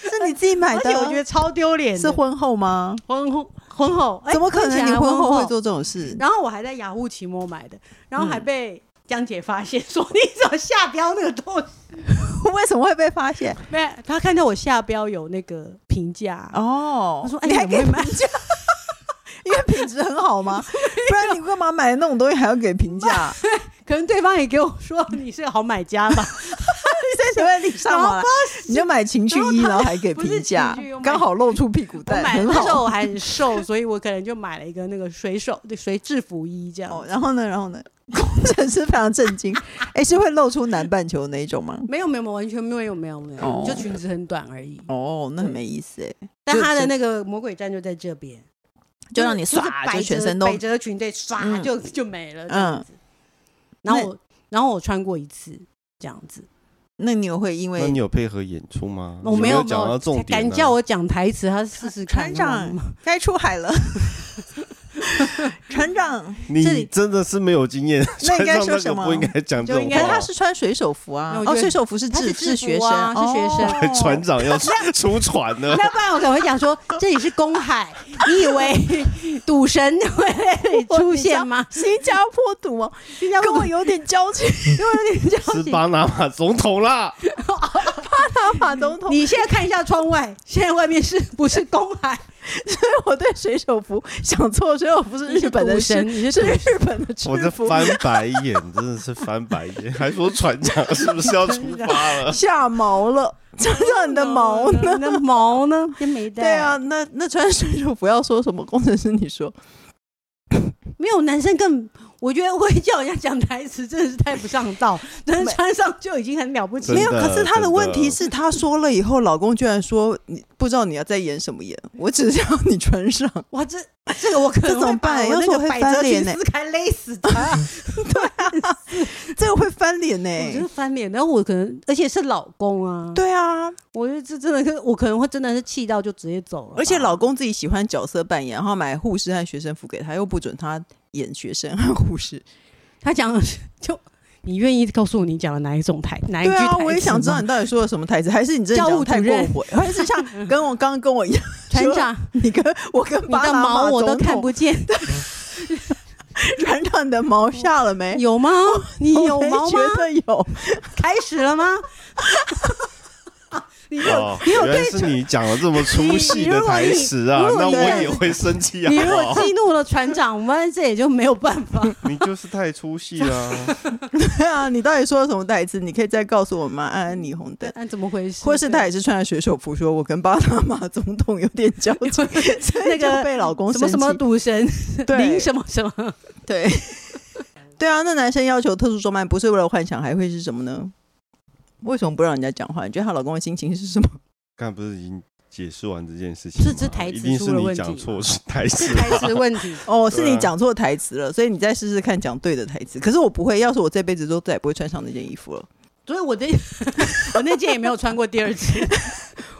Speaker 1: 是你自己买
Speaker 2: 而
Speaker 1: 的？
Speaker 2: 且我觉得超丢脸的，
Speaker 1: 是婚后吗？
Speaker 2: 婚后婚后，哎
Speaker 1: 怎么可
Speaker 2: 婚前
Speaker 1: 能你
Speaker 2: 还
Speaker 1: 婚
Speaker 2: 婚
Speaker 1: 后会？做这种事？
Speaker 2: 然后我还在雅虎奇摩买的，然后还
Speaker 1: 嗯
Speaker 2: 被江姐发现 说你怎么下标那个东西？
Speaker 1: 为什么会被发现？
Speaker 2: 没有，她看到我下标有那个评价，
Speaker 1: 哦
Speaker 2: 她，说哎
Speaker 1: 你还
Speaker 2: 怎
Speaker 1: 给
Speaker 2: 么会买？
Speaker 1: 因为品质很好 吗？不然你干嘛买那种东西还要给评价？
Speaker 2: 可能对方也给我说 你是个好买家吧？
Speaker 1: 在随便礼上
Speaker 2: 然后
Speaker 1: 好了，你就买情趣衣，然后还给
Speaker 2: 不是
Speaker 1: 评价
Speaker 2: 情趣我，买
Speaker 1: 刚好露出屁股
Speaker 2: 我
Speaker 1: 蛋，
Speaker 2: 买
Speaker 1: 很
Speaker 2: 那时候
Speaker 1: 好。
Speaker 2: 我还很瘦，所以我可能就买了一个那个水手对水制服衣这样
Speaker 1: 哦，
Speaker 2: 子。
Speaker 1: 然后呢，然后呢，工程师非常震 惊，哎，是会露出南半球那一种吗？
Speaker 2: 没有没有没有完全没有没有没有，
Speaker 1: 哦
Speaker 2: 就裙子很短而已。
Speaker 1: 哦，那很没意思哎，
Speaker 2: 但
Speaker 1: 就
Speaker 2: 她的
Speaker 1: 是
Speaker 2: 那个魔鬼战就在这边。
Speaker 1: 就让你
Speaker 2: 是
Speaker 1: 唰
Speaker 2: 百
Speaker 1: 就全
Speaker 2: 褶
Speaker 1: 身都
Speaker 2: 百褶裙对唰、
Speaker 1: 嗯
Speaker 2: 就就没了这
Speaker 1: 嗯
Speaker 2: 样子。
Speaker 1: 那
Speaker 2: 然后我然后我穿过一次这样子，
Speaker 1: 那你有会因
Speaker 3: 那
Speaker 1: 为
Speaker 3: 你有配合演出吗？
Speaker 2: 我没
Speaker 3: 哦有
Speaker 2: 有
Speaker 3: 讲到重点啊，
Speaker 2: 敢叫我讲台词，他试试 看。
Speaker 1: 船长该出海了，船 长，这里
Speaker 3: 你真的是没有经 验，
Speaker 1: 那应该说
Speaker 3: 穿上
Speaker 1: 什
Speaker 3: 个
Speaker 1: 么
Speaker 3: 不应该讲这
Speaker 2: 就
Speaker 3: 种
Speaker 2: 应
Speaker 1: 可
Speaker 2: 该
Speaker 1: 是
Speaker 2: 哇
Speaker 1: 他
Speaker 3: 话。
Speaker 1: 是穿水手服
Speaker 2: 那
Speaker 1: 啊
Speaker 2: 我，觉
Speaker 1: 哦，
Speaker 2: 得
Speaker 1: 水手服是
Speaker 2: 他
Speaker 1: 制
Speaker 2: 是制
Speaker 1: 学
Speaker 2: 服
Speaker 1: 生哦
Speaker 2: 啊，是哦学
Speaker 3: 哦
Speaker 2: 生
Speaker 3: 船长要出船 呢，
Speaker 2: 要不然我可能会讲说这里是公海，你以为赌神 会在这里出现吗？
Speaker 1: 新加坡赌王，跟我有点交情，
Speaker 3: 是巴拿马总 统啦。
Speaker 1: 马总统。
Speaker 2: 你现在看一下窗外，现在外面是不是公海？
Speaker 1: 我对水手服想错，水手服是
Speaker 2: 你是
Speaker 1: 日本的
Speaker 2: 赌
Speaker 1: 事
Speaker 2: 神，
Speaker 1: 是
Speaker 2: 你是赌
Speaker 1: 日本的制
Speaker 3: 我在
Speaker 1: 服。
Speaker 3: 翻白眼，真的是翻白眼，还说船长是不是要出发了？
Speaker 1: 下毛了，穿上 你的毛呢？
Speaker 2: 你的毛呢？也没带。
Speaker 1: 嗯对啊，，那那穿水手服要说什么？工程师你说，
Speaker 2: 没有男生更，我觉得会叫人家讲台词真的是太不上道，能穿上就已经很了不起
Speaker 3: 真
Speaker 1: 没有。
Speaker 2: 了。
Speaker 3: 的
Speaker 1: 可是他的
Speaker 3: 真的
Speaker 1: 问题是，他说了以后，老公居然说你不知道你要在演什么演，我只是要你穿上。
Speaker 2: 哇，这这个我可能
Speaker 1: 这怎么办
Speaker 2: 我
Speaker 1: 要是
Speaker 2: 那
Speaker 1: 我会
Speaker 2: 个百
Speaker 1: 翻
Speaker 2: 褶
Speaker 1: 脸
Speaker 2: 裙
Speaker 1: 呢
Speaker 2: 撕开勒死他，
Speaker 1: 这个会翻脸呢、
Speaker 2: 我就是翻脸。然后我可能，而且是老公啊，，
Speaker 1: 哎对啊，
Speaker 2: 我觉得这真的是，我可能会真的是气到就直接走了吧。
Speaker 1: 而且老公自己喜欢角色扮演，然后买护士和学生服给他，又不准他演学生和护士。
Speaker 2: 他讲的是就，你愿意告诉我你讲了哪一种台哪一句
Speaker 1: 对
Speaker 2: 台
Speaker 1: 啊，
Speaker 2: 词吗
Speaker 1: 我也想知道你到底说了什么台词，还是你真的
Speaker 2: 教
Speaker 1: 讲
Speaker 2: 务
Speaker 1: 得太
Speaker 2: 主
Speaker 1: 过
Speaker 2: 任
Speaker 1: 火，还是像跟我刚刚跟我一样，
Speaker 2: 船长，
Speaker 1: 你跟我跟
Speaker 2: 你
Speaker 1: 巴
Speaker 2: 的
Speaker 1: 拿马
Speaker 2: 毛我都
Speaker 1: 总统
Speaker 2: 看不见，
Speaker 1: 船长的毛下了没？
Speaker 2: 有吗？你有
Speaker 1: 哎我没
Speaker 2: 毛吗
Speaker 1: 觉？得有，
Speaker 2: 开始了吗？ 你有
Speaker 3: 哦，
Speaker 2: 你有
Speaker 3: 原来是你讲了这么粗细的台词啊
Speaker 2: 你如，果
Speaker 3: 那
Speaker 2: 你
Speaker 3: 我也会生气 啊
Speaker 2: 你如
Speaker 3: 好不
Speaker 2: 果
Speaker 3: 好？
Speaker 2: 激怒了船长，我们这也就没有办法。
Speaker 3: 你就是太粗细 了，
Speaker 1: 对啊，你到底说了什么台词？你可以再告诉我们安安霓虹灯。
Speaker 2: 那怎么回事？
Speaker 1: 或是他也是穿着水手服，说我跟巴拿马总统有点交情，所以
Speaker 2: 那个
Speaker 1: 就被老公
Speaker 2: 什么什么
Speaker 1: 生气
Speaker 2: 赌神
Speaker 1: 对
Speaker 2: 林什么什么，
Speaker 1: 对， 对啊，那男生要求特殊装扮不是为了幻想，还会是什么呢？为什么不让人家讲话？你觉得她老公的心情是什么？
Speaker 3: 刚才不是已经解释完这件事情
Speaker 2: 是
Speaker 3: 吗
Speaker 2: 这台
Speaker 3: 一
Speaker 2: 词
Speaker 3: 定
Speaker 2: 出
Speaker 3: 是
Speaker 2: 了
Speaker 3: 你
Speaker 2: 问
Speaker 3: 讲
Speaker 2: 题
Speaker 3: 错
Speaker 2: 吗
Speaker 3: 是台词
Speaker 2: 是台词问题。
Speaker 1: 哦，是
Speaker 3: 对
Speaker 1: 你
Speaker 3: 啊
Speaker 1: 讲错台词了，所以你再试试看讲对的台词。可是我不会，要是我这辈子都再也不会穿上那件衣服了。
Speaker 2: 所以我 的我那件也没有穿过第二件，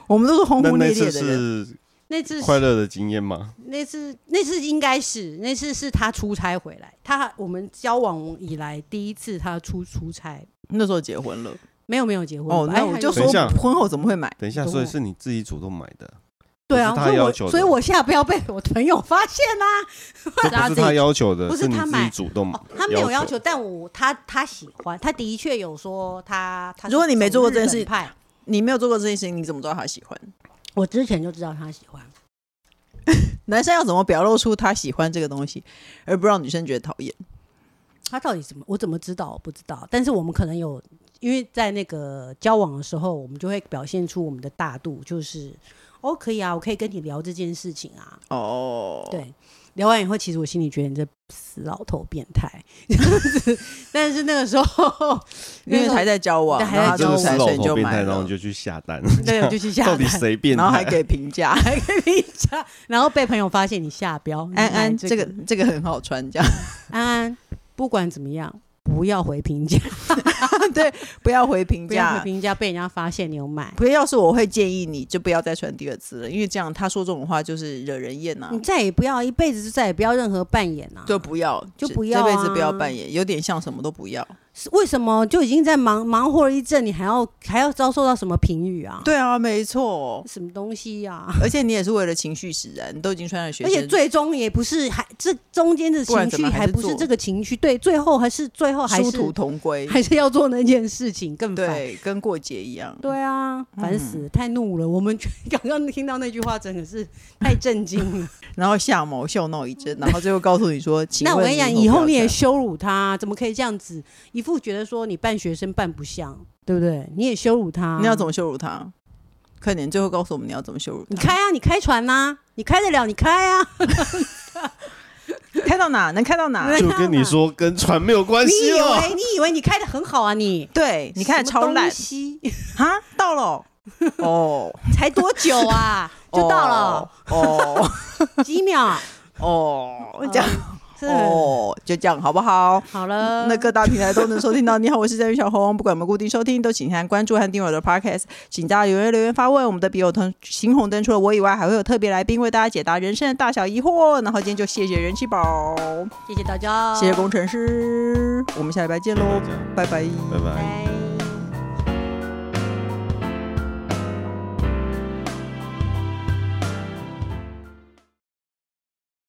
Speaker 1: 我们都是轰
Speaker 3: 那
Speaker 1: 轰
Speaker 3: 那
Speaker 1: 烈
Speaker 3: 次
Speaker 1: 烈的人，
Speaker 3: 是
Speaker 2: 那次
Speaker 3: 快乐的经验吗？
Speaker 2: 那次那次应该是那次是他出差回来，他我们交往以来第一次他出出差，
Speaker 1: 那时候结婚了。
Speaker 2: 没有没有结婚
Speaker 1: 哦，
Speaker 2: 吧
Speaker 1: 那
Speaker 2: 哎
Speaker 1: 我
Speaker 2: 还
Speaker 1: 就
Speaker 2: 有
Speaker 1: 说
Speaker 3: 等一下
Speaker 1: 婚后怎么会买？
Speaker 3: 等一下，
Speaker 2: 懂
Speaker 3: 所以
Speaker 2: 了
Speaker 3: 是你自己主动买的，
Speaker 2: 对啊，
Speaker 3: 不是
Speaker 2: 所以
Speaker 3: 他要
Speaker 2: 我
Speaker 3: 求的
Speaker 2: 所以我现在不要被我朋友发现 啊啦、
Speaker 3: 这
Speaker 1: 他
Speaker 3: 不是
Speaker 1: 自己
Speaker 3: 他要求的，
Speaker 2: 不是
Speaker 3: 你
Speaker 2: 他
Speaker 3: 自己
Speaker 2: 买
Speaker 3: 主动
Speaker 2: 哦，他没有要
Speaker 3: 求
Speaker 2: 求，但我他他喜欢，他的确有说他他是
Speaker 1: 如果你没做过这件事
Speaker 2: 走日本派，
Speaker 1: 你没有做过这件事情，你怎么知道他喜欢？
Speaker 2: 我之前就知道他喜欢。
Speaker 1: 男生要怎么表露出他喜欢这个东西，而不让女生觉得讨厌？
Speaker 2: 他到底怎么？我怎么知道？我不知道。但是我们可能有，因为在那个交往的时候，我们就会表现出我们的大度，就是哦，可以啊，我可以跟你聊这件事情啊。
Speaker 1: 哦，
Speaker 2: 对，聊完以后，其实我心里觉得你这死老头变态。但是那个时候，
Speaker 1: 因为还在交往，
Speaker 2: 对还
Speaker 1: 然后
Speaker 2: 在
Speaker 1: 他
Speaker 3: 真的
Speaker 1: 出
Speaker 2: 交
Speaker 1: 差
Speaker 3: 是
Speaker 2: 往
Speaker 1: 所
Speaker 3: 老
Speaker 1: 以你就
Speaker 3: 头变
Speaker 1: 买
Speaker 3: 态，然后
Speaker 1: 了
Speaker 3: 你，就去下单，
Speaker 2: 对，我就去 下
Speaker 3: 到底
Speaker 2: 单，。
Speaker 3: 谁变态？
Speaker 1: 然后还给评价
Speaker 2: 还可以下，然后被朋友发现你下标，你
Speaker 1: 安
Speaker 2: 买
Speaker 1: 安，这个这个很好穿，这样
Speaker 2: 安安，不管怎么样，不要回评价，
Speaker 1: 对，不要回评
Speaker 2: 不要回
Speaker 1: 价。
Speaker 2: 评价，被人家发现你有买。
Speaker 1: 不要是我会建议你就不要再穿第二次了，因为这样他说这种话就是惹人厌呐、啊
Speaker 2: 你再也不要一辈子就再也不要任何扮演啊！
Speaker 1: 就不要，
Speaker 2: 就
Speaker 1: 这
Speaker 2: 不要
Speaker 1: 这辈子不要
Speaker 2: 啊
Speaker 1: 扮演，有点像什么都不要。
Speaker 2: 是为什么就已经在忙忙活了一阵，你还要还要遭受到什么评语啊？，
Speaker 1: 对啊，没错，
Speaker 2: 什么东西呀、
Speaker 1: 而且你也是为了情绪使然，你都已经穿上学
Speaker 2: 而
Speaker 1: 生，
Speaker 2: 且最终也不是还这中间的
Speaker 1: 不然怎
Speaker 2: 情绪
Speaker 1: 么还是
Speaker 2: 不
Speaker 1: 做
Speaker 2: 是这个情绪，对，最后还是最后还
Speaker 1: 殊途
Speaker 2: 是
Speaker 1: 同归，
Speaker 2: 还是要做那件事情，更烦。
Speaker 1: 对，嗯跟过节一样。
Speaker 2: 对啊，烦死了，太怒了！我们 刚刚听到那句话，真的是太震惊了。
Speaker 1: 然后下某笑闹一阵，然后最后告诉你说， 请
Speaker 2: 那我
Speaker 1: 问
Speaker 2: 跟你讲，
Speaker 1: 以
Speaker 2: 以后你也
Speaker 1: 不要
Speaker 2: 羞辱他，怎么可以这样子？一副觉得说你扮学生扮不像，对不对？你也羞辱他
Speaker 1: 这，样你要怎么羞辱他？快点，最后告诉我们你要怎么羞辱
Speaker 2: 你
Speaker 1: 他？
Speaker 2: 开啊，你开船呐、你开得了，你开啊！
Speaker 1: 开到哪能开到哪？
Speaker 3: 就跟 你说跟船没有
Speaker 1: 哎
Speaker 3: 关
Speaker 2: 你
Speaker 3: 系哦
Speaker 2: 以
Speaker 3: 了。
Speaker 2: 为你以为你开得很好啊你？
Speaker 1: 对，你看
Speaker 2: 什么
Speaker 1: 超
Speaker 2: 东
Speaker 1: 烂
Speaker 2: 西
Speaker 1: 哈，到了哦 哦，
Speaker 2: 才多久 啊？就到了
Speaker 1: 哦
Speaker 2: 几秒，嗯
Speaker 1: 哦，这样
Speaker 2: 是、
Speaker 1: 哦，就这样好不好？
Speaker 2: 好了。
Speaker 1: 那各大平台都能收听到。你好，我是在于小红。不管我们固定收听，都请先关注和订阅我的 Podcast。请大家踊跃留言发问。我们的笔友同邢红灯除了我以外，还会有特别来宾为大家解答人生的大小疑惑。然后今天就谢谢人气宝，
Speaker 2: 谢谢大家，
Speaker 1: 谢谢工程师，我们下礼拜见喽，
Speaker 3: 这样
Speaker 1: 拜拜
Speaker 3: 拜拜。
Speaker 2: 拜。